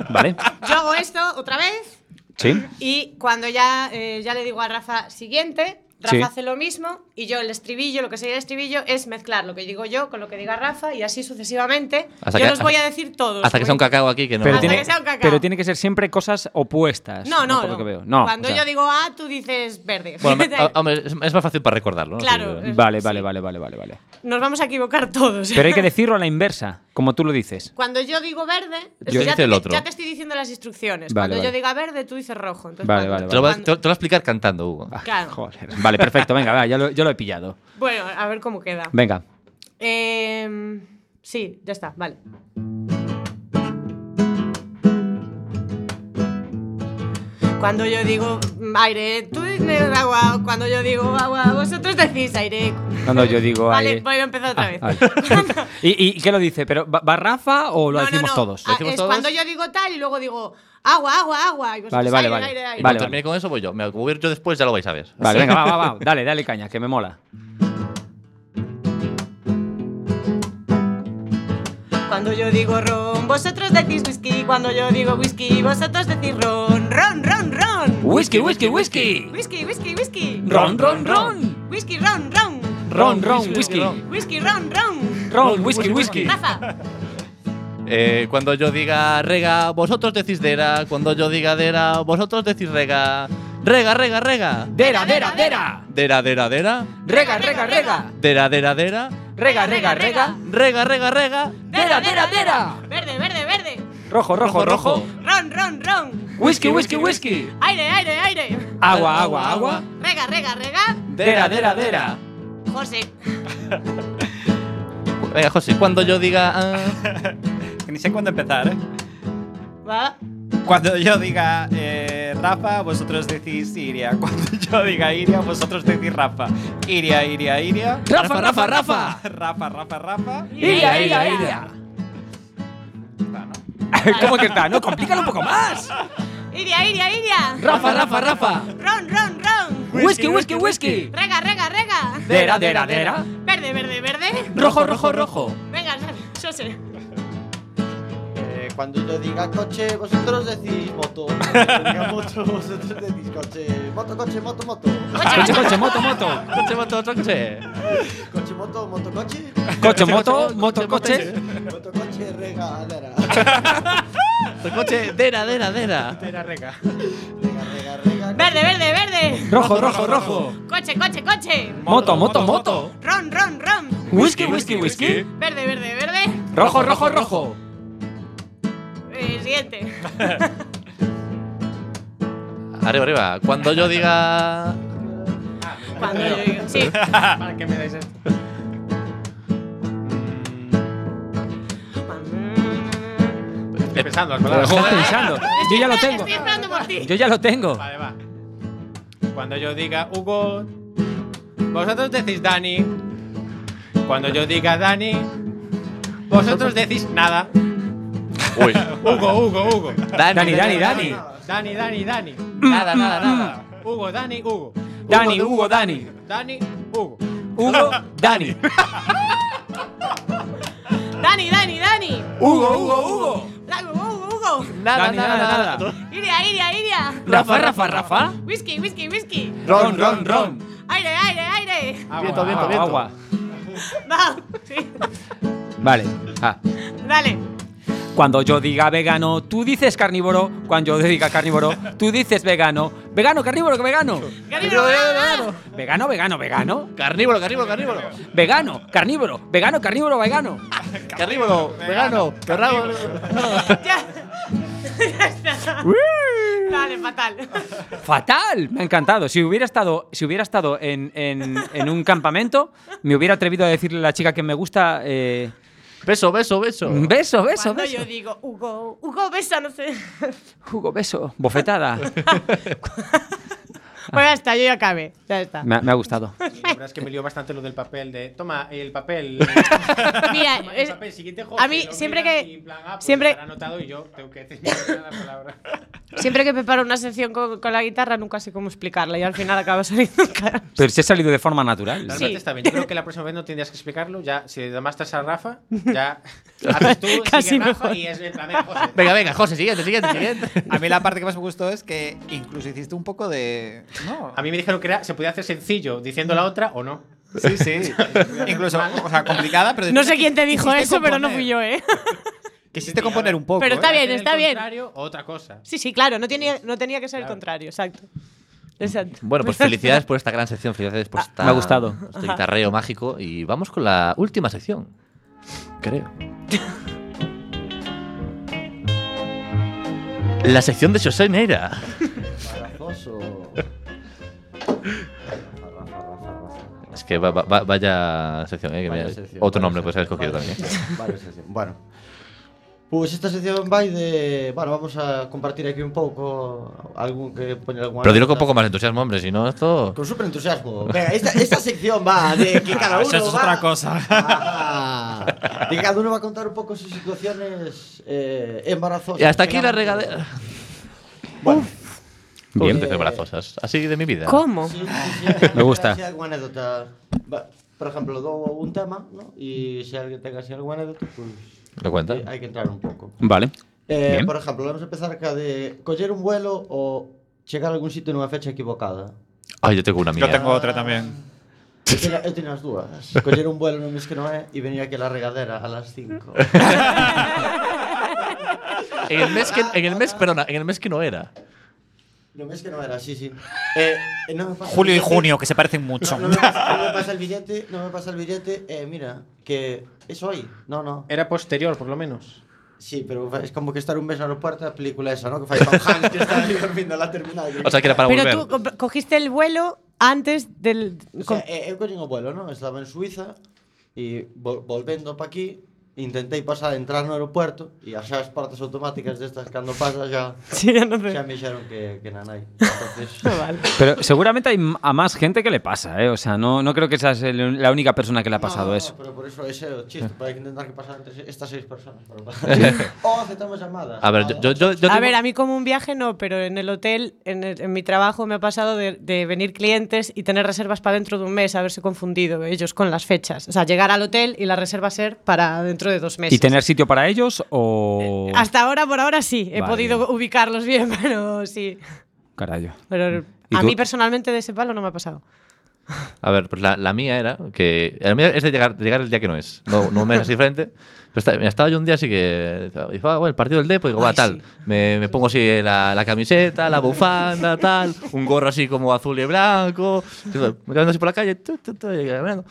[SPEAKER 6] Vale.
[SPEAKER 8] Yo hago esto otra vez
[SPEAKER 2] Sí.
[SPEAKER 8] y cuando ya, eh, ya le digo a Rafa siguiente, Rafa
[SPEAKER 2] Sí.
[SPEAKER 8] hace lo mismo y yo el estribillo, lo que sería el estribillo, es mezclar lo que digo yo con lo que diga Rafa y así sucesivamente.
[SPEAKER 2] Hasta
[SPEAKER 8] yo
[SPEAKER 2] que-
[SPEAKER 8] los voy a decir todos.
[SPEAKER 6] Hasta que sea un cacao aquí que no.
[SPEAKER 2] Pero
[SPEAKER 8] Hasta
[SPEAKER 2] tiene,
[SPEAKER 8] que sea un cacao.
[SPEAKER 2] pero tiene que ser siempre cosas opuestas.
[SPEAKER 8] No, no,
[SPEAKER 2] por lo
[SPEAKER 8] no.
[SPEAKER 2] que veo. No,
[SPEAKER 8] Cuando
[SPEAKER 2] o sea-
[SPEAKER 8] yo digo A, tú dices verde.
[SPEAKER 6] Bueno, me- a- hombre, es es más fácil para recordarlo. ¿no?
[SPEAKER 8] Claro,
[SPEAKER 6] Sí, yo-
[SPEAKER 2] Vale, vale, vale, vale, vale, vale.
[SPEAKER 8] Nos vamos a equivocar todos.
[SPEAKER 2] Pero hay que decirlo a la inversa, como tú lo dices.
[SPEAKER 8] Cuando yo digo verde, ya,
[SPEAKER 2] Yo- dice
[SPEAKER 8] te,
[SPEAKER 2] el otro.
[SPEAKER 8] ya te estoy diciendo las instrucciones.
[SPEAKER 2] Vale,
[SPEAKER 8] cuando yo
[SPEAKER 2] vale.
[SPEAKER 8] diga verde, tú dices rojo. Entonces,
[SPEAKER 2] Vale,
[SPEAKER 8] Pues cuando-
[SPEAKER 2] vale,
[SPEAKER 6] Te lo, va- te,
[SPEAKER 2] vale. Ah,
[SPEAKER 6] lo- te lo voy a explicar cantando, Hugo.
[SPEAKER 8] Claro.
[SPEAKER 2] Vale, perfecto, venga, va, ya lo, yo lo he pillado.
[SPEAKER 8] Bueno, a ver cómo queda.
[SPEAKER 2] Venga.
[SPEAKER 8] Eh, sí, ya está, vale. Cuando yo digo mm, aire, tú dices agua. Cuando yo digo agua, vosotros decís aire.
[SPEAKER 2] Cuando yo digo
[SPEAKER 8] vale,
[SPEAKER 2] aire.
[SPEAKER 8] voy a empezar otra vez.
[SPEAKER 2] vale. ¿Y, y qué lo dice? ¿Pero va, va Rafa o lo
[SPEAKER 8] No, no,
[SPEAKER 2] decimos
[SPEAKER 8] no.
[SPEAKER 2] todos?
[SPEAKER 8] Ah, es cuando yo digo tal y luego digo agua, agua, agua. Y vosotros
[SPEAKER 2] Vale, vale,
[SPEAKER 8] aire,
[SPEAKER 2] vale.
[SPEAKER 8] aire,
[SPEAKER 6] Y
[SPEAKER 8] aire.
[SPEAKER 6] cuando termine con eso voy yo. Me voy a ir yo después, ya lo vais a ver.
[SPEAKER 2] Vale, venga, va, va, va. Dale, dale caña, que me mola.
[SPEAKER 8] Cuando yo digo ron, vosotros decís whisky. Cuando yo digo whisky, vosotros decís ron. Ron, ron, ron.
[SPEAKER 2] Whisky, whisky, whisky.
[SPEAKER 8] Whisky, whisky, whisky.
[SPEAKER 2] Ron, ron, ron.
[SPEAKER 8] Whisky, ron, ron.
[SPEAKER 2] Ron, ron, whisky.
[SPEAKER 8] Whisky, ron, ron.
[SPEAKER 2] Ron, whisky, whisky.
[SPEAKER 8] Rafa.
[SPEAKER 6] Eh, cuando yo diga rega, vosotros decís dera. Cuando yo diga dera, vosotros decís rega. Rega, rega, rega.
[SPEAKER 2] Dera, dera, dera.
[SPEAKER 6] Dera, dera, dera.
[SPEAKER 2] Rega, rega, rega.
[SPEAKER 6] Dera, dera, dera.
[SPEAKER 2] Rega, rega, rega.
[SPEAKER 6] Rega, rega, rega.
[SPEAKER 2] Dera, dera, dera.
[SPEAKER 8] Verde, verde, verde.
[SPEAKER 2] Rojo, rojo, rojo.
[SPEAKER 8] Ron, ron, ron.
[SPEAKER 2] Whisky, whisky, whisky.
[SPEAKER 8] Aire, aire, aire.
[SPEAKER 2] Agua, agua, agua.
[SPEAKER 8] Rega, rega, rega.
[SPEAKER 2] Dera, dera, dera.
[SPEAKER 8] José.
[SPEAKER 6] Venga, José, cuando yo diga. ah,
[SPEAKER 7] Que ni sé cuándo empezar, ¿eh?
[SPEAKER 8] Va.
[SPEAKER 7] Cuando yo diga eh, Rafa, vosotros decís Iria. Cuando yo diga Iria, vosotros decís Rafa. Iria, Iria, Iria.
[SPEAKER 2] Rafa, Rafa, Rafa.
[SPEAKER 7] Rafa, Rafa, Rafa.
[SPEAKER 2] Iria, iria, iria. ¿Cómo que está? No, complícalo un poco más.
[SPEAKER 8] Iria, iria, iria.
[SPEAKER 2] Rafa, Rafa, Rafa.
[SPEAKER 8] Ron, ron, ron.
[SPEAKER 2] Whisky, whisky, whisky.
[SPEAKER 8] Rega, rega, rega.
[SPEAKER 2] Dera, dera, dera.
[SPEAKER 8] Verde, verde, verde.
[SPEAKER 2] Rojo, rojo, rojo.
[SPEAKER 8] Venga, José.
[SPEAKER 3] Eh, cuando yo diga coche, vosotros decís moto. Cuando diga moto, vosotros decís coche. Moto, coche, moto, moto.
[SPEAKER 2] Coche, coche, moto, moto.
[SPEAKER 6] Ah. Coche, moto, coche.
[SPEAKER 3] Coche, moto, moto, coche.
[SPEAKER 2] Coche, moto, moto, coche.
[SPEAKER 3] Moto, coche, regadera.
[SPEAKER 6] Coche, dera, dera, dera.
[SPEAKER 1] Era rega.
[SPEAKER 8] Verde, verde, verde.
[SPEAKER 2] Rojo, rojo, rojo.
[SPEAKER 8] Coche, coche, coche.
[SPEAKER 2] Moto, moto, moto.
[SPEAKER 8] Ron, ron, ron.
[SPEAKER 2] Whisky, whisky, whisky.
[SPEAKER 8] Verde, verde, verde.
[SPEAKER 2] Rojo, rojo, rojo.
[SPEAKER 8] Eh, siguiente.
[SPEAKER 6] Arriba, arriba. Cuando yo diga.
[SPEAKER 8] Cuando yo digo. Sí.
[SPEAKER 1] ¿Para qué me dais esto?
[SPEAKER 7] Mm.
[SPEAKER 1] Estoy pensando, las palabras.
[SPEAKER 2] Estás pensando. Yo ya lo tengo.
[SPEAKER 8] Estoy esperando por ti.
[SPEAKER 2] Yo ya lo tengo.
[SPEAKER 1] Eh, Vale, va. Cuando yo diga Hugo, vosotros decís Dani. Cuando yo diga Dani, vosotros decís nada.
[SPEAKER 6] Uy.
[SPEAKER 1] Hugo, Hugo, Hugo.
[SPEAKER 2] Dani, Dani, Dani.
[SPEAKER 1] Dani, Dani, Dani.
[SPEAKER 6] Nada, nada,
[SPEAKER 2] Mm,
[SPEAKER 6] nada.
[SPEAKER 1] Hugo, Dani, Hugo.
[SPEAKER 2] Dani, Hugo, Dani.
[SPEAKER 1] Dani, Hugo.
[SPEAKER 2] Hugo, Dani.
[SPEAKER 8] Dani, Dani, Dani.
[SPEAKER 2] Hugo, Hugo, Hugo.
[SPEAKER 8] Dani, Hugo, Hugo.
[SPEAKER 6] Nada,
[SPEAKER 2] Dani,
[SPEAKER 6] nada, nada.
[SPEAKER 8] Iria, iria, iria.
[SPEAKER 2] Rafa, Rafa, Rafa.
[SPEAKER 8] Whisky, whisky, whisky.
[SPEAKER 2] Ron, ron, ron.
[SPEAKER 8] Aire, aire, aire.
[SPEAKER 6] Viento, viento, viento.
[SPEAKER 2] Agua.
[SPEAKER 8] Va. Sí.
[SPEAKER 2] Vale. Ah.
[SPEAKER 8] Dale.
[SPEAKER 2] Cuando yo diga vegano, tú dices carnívoro. Cuando yo diga carnívoro, tú dices vegano. Vegano, carnívoro, que vegano.
[SPEAKER 8] Carnívoro, vegano.
[SPEAKER 2] Vegano, vegano, vegano.
[SPEAKER 6] Carnívoro, carnívoro, carnívoro.
[SPEAKER 2] Vegano, carnívoro, vegano, carnívoro, vegano.
[SPEAKER 6] Carnívoro, vegano, carnívoro.
[SPEAKER 8] Dale, fatal.
[SPEAKER 2] Fatal, me ha encantado. Si hubiera estado, si hubiera estado en, en- en un campamento, me hubiera atrevido a decirle a la chica que me gusta eh,
[SPEAKER 6] Beso, beso, beso.
[SPEAKER 2] beso, beso,
[SPEAKER 8] Cuando
[SPEAKER 2] beso.
[SPEAKER 8] yo digo Hugo, Hugo, besa, no sé.
[SPEAKER 2] Hugo, beso, bofetada.
[SPEAKER 8] Bueno, ya está, yo ya acabé. Ya está.
[SPEAKER 2] Me ha- me ha gustado.
[SPEAKER 1] Y la verdad es que me lió bastante lo del papel de. Toma el papel.
[SPEAKER 8] Mira,
[SPEAKER 1] Toma el
[SPEAKER 8] es-
[SPEAKER 1] papel, siguiente
[SPEAKER 8] a
[SPEAKER 1] joven",
[SPEAKER 8] mí
[SPEAKER 1] lo
[SPEAKER 8] siempre
[SPEAKER 1] miran
[SPEAKER 8] que-
[SPEAKER 1] y en plan, "Ah, pues
[SPEAKER 8] siempre-
[SPEAKER 1] estará anotado y yo tengo que decir la palabra.
[SPEAKER 8] Siempre que preparo una sección con, con la guitarra nunca sé cómo explicarla y al final acaba saliendo cara.
[SPEAKER 2] Pero si ha salido de forma natural.
[SPEAKER 1] Realmente está bien. Yo creo que la próxima vez no tendrías que explicarlo. Ya, si además estás a Rafa, ya haces tú,
[SPEAKER 8] Casi
[SPEAKER 1] sigue Rafa
[SPEAKER 8] mejor.
[SPEAKER 1] y es en plan, "Venga, José".
[SPEAKER 15] Venga, venga, José, siguiente, siguiente, siguiente. A mí la parte que más me gustó es que incluso hiciste un poco de. No.
[SPEAKER 1] A mí me dijeron que era- se podía hacer sencillo diciendo la otra o no.
[SPEAKER 15] Sí, sí. incluso, o sea, complicada, pero.
[SPEAKER 8] No sé quién te dijo
[SPEAKER 1] quisiste
[SPEAKER 8] eso, pero no
[SPEAKER 1] componer.
[SPEAKER 8] fui yo, ¿eh?
[SPEAKER 15] Quisiste componer un poco.
[SPEAKER 8] Pero está
[SPEAKER 15] ¿eh?
[SPEAKER 8] bien, está bien.
[SPEAKER 1] O otra cosa.
[SPEAKER 8] Sí, sí, claro, no tenía, no tenía que ser el contrario, exacto. Exacto.
[SPEAKER 6] Bueno, pues felicidades por esta gran sección, felicidades por esta,
[SPEAKER 2] me ha gustado.
[SPEAKER 6] este guitarreo mágico. Y vamos con la última sección, creo. La sección de José Neira. Es que va- va- va- vaya sección, ¿eh? que
[SPEAKER 3] Vaya
[SPEAKER 6] me-
[SPEAKER 3] sección,
[SPEAKER 6] otro
[SPEAKER 3] vaya
[SPEAKER 6] nombre puedes haber escogido también.
[SPEAKER 3] Vale, sí, sí. Bueno. Pues esta sección vai de... Bueno, vamos a compartir aquí un pouco algún que poñer alguna...
[SPEAKER 6] Pero dilo con un
[SPEAKER 3] anécdota.
[SPEAKER 6] poco más de entusiasmo, hombre, si no, esto.
[SPEAKER 3] Con super entusiasmo. Venga, esta, esta sección va de que cada
[SPEAKER 15] Ah,
[SPEAKER 3] uno
[SPEAKER 15] eso es
[SPEAKER 3] va-
[SPEAKER 15] otra cosa.
[SPEAKER 3] Ah, de que cada uno va a contar un poco sus situaciones eh, embarazosas.
[SPEAKER 6] Y hasta aquí la
[SPEAKER 3] Digamos,
[SPEAKER 6] regadera.
[SPEAKER 3] Bueno,
[SPEAKER 6] Bien,
[SPEAKER 3] Eh,
[SPEAKER 6] desde brazosas. Así de mi vida.
[SPEAKER 8] ¿Cómo?
[SPEAKER 3] Sí, sí, sí,
[SPEAKER 6] Me gusta.
[SPEAKER 3] Si hay alguna anécdota, va, por ejemplo, doy un tema, ¿no? Y si alguien tenga así alguna anécdota, pues.
[SPEAKER 6] ¿Lo cuenta?
[SPEAKER 3] eh, Hay que entrar un poco.
[SPEAKER 2] Vale.
[SPEAKER 3] Eh,
[SPEAKER 2] Bien.
[SPEAKER 3] por ejemplo, vamos a empezar acá de coger un vuelo o llegar a algún sitio en una fecha equivocada.
[SPEAKER 6] Ay, yo tengo una mía.
[SPEAKER 15] Yo tengo otra también.
[SPEAKER 3] Eu teño, eu teño as dúas. Coller un vuelo no mes que non é e venir aquí a la regadera a las 5.
[SPEAKER 6] En el mes que, en el mes, perdona, en el mes que no era.
[SPEAKER 3] No mes que non era, sí, sí. Eh, eh, non me pasa
[SPEAKER 15] Julio y
[SPEAKER 3] el billete.
[SPEAKER 15] junio, que se parecen mucho.
[SPEAKER 3] No, no, me pasa, no me pasa el billete, no me pasa el billete. Eh, mira, que eso hoy. No, no.
[SPEAKER 1] Era posterior, por lo menos.
[SPEAKER 3] Sí, pero es como que estar un mes no aeropuerto, a película esa, ¿no? Que fai Tom Hanks que está ali dormindo la terminal.
[SPEAKER 6] O sea, que era para
[SPEAKER 8] Pero
[SPEAKER 6] volver.
[SPEAKER 8] tú co- cogiste el vuelo antes del.
[SPEAKER 3] O sea, eh, eu collín o vuelo, non? Estaba en Suiza e vol volvendo pa aquí intentei pasar a entrar no aeropuerto e as as partes automáticas destas cando pasas xa
[SPEAKER 8] sí, ya, no sé.
[SPEAKER 3] xa me dixeron que, que nanai. Entonces, vale.
[SPEAKER 2] Pero seguramente hay m- a más gente que le pasa, ¿eh? O sea, no, no creo que seas el- la única persona que le ha pasado eso.
[SPEAKER 3] pero por eso ese é o chiste, para intentar que pasar entre estas seis personas. Para pasar. o aceptamos llamadas.
[SPEAKER 6] A ver, yo, yo, yo, yo
[SPEAKER 8] a
[SPEAKER 6] tengo-
[SPEAKER 8] ver, a mí como un viaje no, pero en el hotel, en, el- en mi trabajo me ha pasado de, de venir clientes y tener reservas para dentro de un mes, haberse confundido ellos con las fechas. O sea, llegar al hotel y la reserva ser para dentro de dos meses.
[SPEAKER 2] ¿Y tener sitio para ellos
[SPEAKER 6] Eh,
[SPEAKER 2] o...?
[SPEAKER 8] Hasta ahora, por ahora sí, he
[SPEAKER 2] Vale.
[SPEAKER 8] podido ubicarlos bien, pero sí.
[SPEAKER 2] Carayo.
[SPEAKER 8] Pero
[SPEAKER 6] ¿Y
[SPEAKER 8] a
[SPEAKER 6] tú?
[SPEAKER 8] mí personalmente de ese palo no me ha pasado.
[SPEAKER 6] a ver, pues la, la mía era que. La mía es de llegar, de llegar el día que no es. No, no un mes así diferente. Pero está- mira, estaba yo un día así que. Dijo, ah, bueno, el partido del Depor, digo, va, tal. Me, me pongo así la, la camiseta, la bufanda, tal. Un gorro así como azul y blanco. Me quedando así por la calle. tu, tu, tu, y caminando.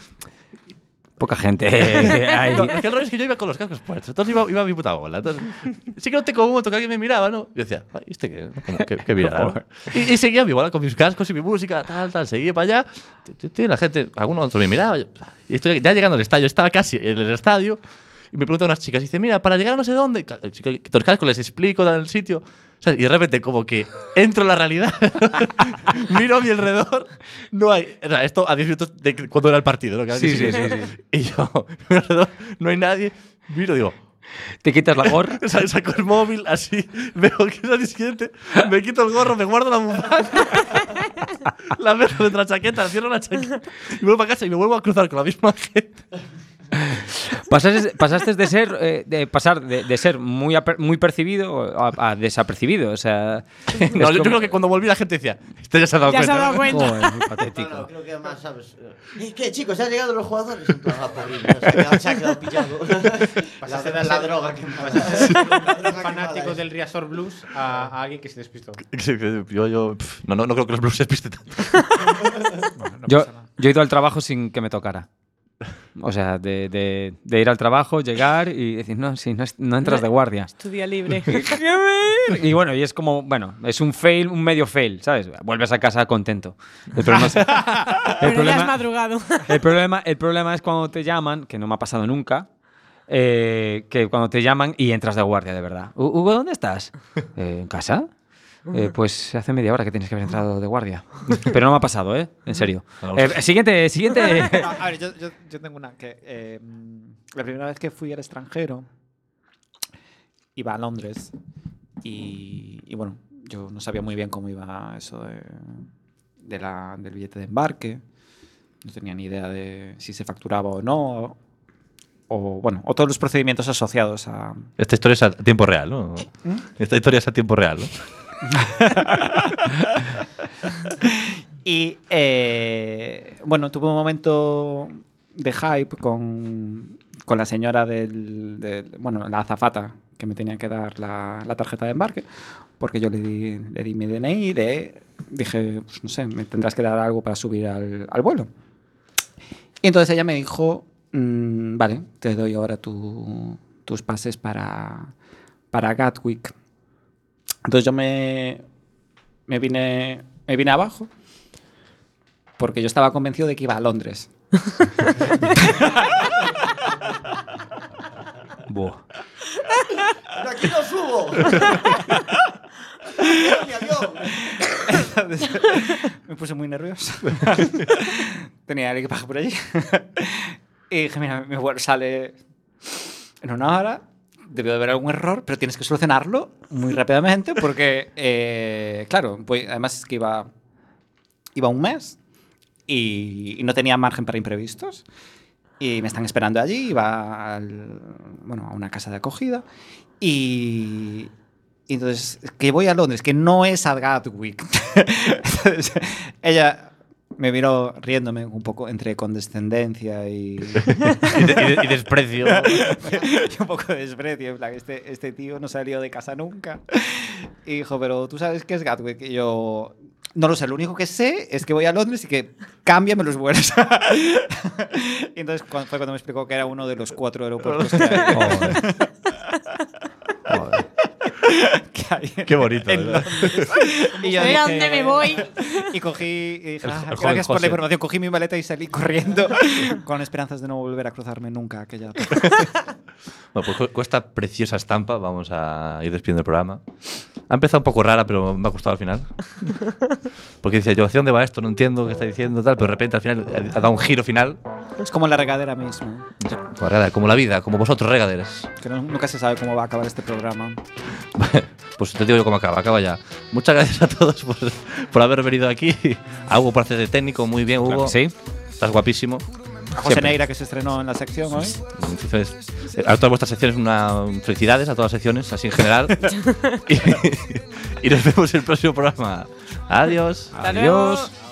[SPEAKER 2] Poca gente. hay.
[SPEAKER 6] No, es que el rollo es que yo iba con los cascos puestos, entonces iba, iba a mi puta bola. Entonces, sí que no tengo momento que alguien me miraba, ¿no? Yo decía, "Ay, ¿este qué? ¿Cómo- ¿Qué, qué mirada, no?". y, y seguía mi bola con mis cascos y mi música, tal, tal, seguía para allá. Ti, ti, ti, La gente, alguno otro me miraba. yo- Y estoy ya llegando al estadio, estaba casi en el estadio. Y me preguntan unas chicas, y dice, mira, para llegar a no sé dónde, y claro, el chico, que los cascos les explico, dan el sitio. ¿sabes? Y de repente, como que entro en la realidad, miro a mi alrededor, no hay. o sea, esto a 10 minutos de que- cuando era el partido, ¿no? Que
[SPEAKER 2] Sí,
[SPEAKER 6] alguien
[SPEAKER 2] sí,
[SPEAKER 6] se-
[SPEAKER 2] sí, sí.
[SPEAKER 6] Y yo, miro alrededor, no hay nadie, miro, digo.
[SPEAKER 2] Te quitas la gorra.
[SPEAKER 6] sa- Saco el móvil, así, veo que es al siguiente, me quito el gorro, me guardo la bufanda, la veo dentro de la chaqueta, cierro la chaqueta, y vuelvo a casa y me vuelvo a cruzar con la misma gente.
[SPEAKER 2] Pasaste, pasaste de ser eh, de pasar de, de ser muy aper- muy percibido a, a desapercibido, o sea, es
[SPEAKER 6] No, yo, yo
[SPEAKER 2] como-
[SPEAKER 6] creo que cuando volví la gente decía, este ya se ha dado
[SPEAKER 8] Ya se
[SPEAKER 6] cuenta.
[SPEAKER 8] ha dado cuenta.
[SPEAKER 2] Joder, muy
[SPEAKER 3] No, no,
[SPEAKER 2] patético.
[SPEAKER 3] creo que además, ¿sabes? Eh, ¿Qué, chicos? ¿Se han llegado los jugadores? En plan, ah, pobre, se, ha quedado, se ha quedado pillado.
[SPEAKER 1] Pasaste
[SPEAKER 3] la,
[SPEAKER 1] de
[SPEAKER 3] la
[SPEAKER 1] ser-
[SPEAKER 3] droga que me
[SPEAKER 1] Un fanático del Riazor Blues a, a alguien que se despistó.
[SPEAKER 6] Yo, yo, pf, no, no, no creo que los blues se pisten tanto.
[SPEAKER 2] yo, yo he ido al trabajo sin que me tocara. O sea, de, de- de ir al trabajo, llegar y decir, no, si no, es- no entras de guardia.
[SPEAKER 8] Tu día libre.
[SPEAKER 2] Y bueno, y es como, bueno, es un fail, un medio fail, ¿sabes? Vuelves a casa contento. El problema es, el
[SPEAKER 8] pero ya
[SPEAKER 2] problema-
[SPEAKER 8] has madrugado.
[SPEAKER 2] El problema, el problema es cuando te llaman, que no me ha pasado nunca, eh, que cuando te llaman y entras de guardia, de verdad. "Hu- Hugo, ¿dónde estás? "Eh, ¿En casa? Eh, pues hace media hora que tienes que haber entrado de guardia. Pero no me ha pasado, ¿eh? En serio.
[SPEAKER 6] Vamos.
[SPEAKER 2] Eh, siguiente, siguiente.
[SPEAKER 7] No, a ver, yo, yo- yo tengo una que. eh, la primera vez que fui al extranjero, iba a Londres. Y, y bueno, yo no sabía muy bien cómo iba eso de- de la- del billete de embarque. No tenía ni idea de si se facturaba o no. O, bueno, o todos los procedimientos asociados a.
[SPEAKER 6] Esta historia es a tiempo real, ¿no? Esta historia es a tiempo real, ¿no?
[SPEAKER 7] y eh, bueno, tuve un momento de hype con, con la señora del, del- Bueno, la azafata que me tenía que dar la, la tarjeta de embarque, porque yo le di, le di mi DNI y le dije, pues no sé, me tendrás que dar algo para subir al, al vuelo. Y entonces ella me dijo, mm, vale, te doy ahora tu- tus pases para, para Gatwick. Entonces yo me, me vine, me vine abajo porque yo estaba convencido de que iba a Londres.
[SPEAKER 10] De aquí no subo. Mi avión.
[SPEAKER 7] Entonces, me puse muy nervioso. Tenía el equipaje por allí. y dije, mira, mi vuelo sale en una hora. Debió de haber algún error, pero tienes que solucionarlo muy rápidamente porque, eh, claro, voy- además es que iba, iba un mes y, y no tenía margen para imprevistos. Y me están esperando allí, iba al- bueno, a una casa de acogida. Y, y entonces, que voy a Londres, que no es a Gatwick. Entonces, ella me miró riéndome un poco entre condescendencia y...
[SPEAKER 6] Y de- y de- y desprecio.
[SPEAKER 7] y un poco de desprecio. En plan, este, este tío no salió de casa nunca. Y dijo, pero tú sabes qué es Gatwick. Y yo, no lo sé, lo único que sé es que voy a Londres y que cámbiame los vuelos. y entonces cuando, fue cuando me explicó que era uno de los cuatro aeropuertos que hay. que hay
[SPEAKER 6] Qué bonito,
[SPEAKER 7] en
[SPEAKER 6] ¿verdad?
[SPEAKER 7] Londres. Y yo
[SPEAKER 1] ¿Ve a dónde me voy?
[SPEAKER 7] Y cogí, y dije,
[SPEAKER 6] El-
[SPEAKER 7] "Ah,
[SPEAKER 6] el joven
[SPEAKER 7] gracias por
[SPEAKER 6] José.
[SPEAKER 7] la información, cogí mi maleta y salí corriendo con esperanzas de no volver a cruzarme nunca aquella...
[SPEAKER 6] Bueno, pues con- con esta preciosa estampa vamos a ir despidiendo el programa. Ha empezado un poco rara, pero me ha gustado al final. Porque dice, yo, ¿hacia dónde va esto? No entiendo qué está diciendo, tal, pero de repente al final eh, ha- ha dado un giro final.
[SPEAKER 7] Es como la regadera misma,
[SPEAKER 6] Como Regader, Como la vida, como vosotros, regaderes.
[SPEAKER 7] que no- nunca se sabe cómo va a acabar este programa.
[SPEAKER 6] Pues te digo yo cómo acaba, acaba ya. Muchas gracias a todos por, por haber venido aquí. A Hugo por hacer de técnico, muy bien, Hugo.
[SPEAKER 2] sí.
[SPEAKER 6] Estás guapísimo.
[SPEAKER 7] A José
[SPEAKER 6] Siempre.
[SPEAKER 7] Neira que se estrenó en la sección hoy.
[SPEAKER 6] Entonces, eh, a todas vuestras secciones, una mm, felicidades a todas las secciones, así en general. y, y nos vemos en el próximo programa. Adiós.
[SPEAKER 1] Hasta luego.
[SPEAKER 6] Adiós.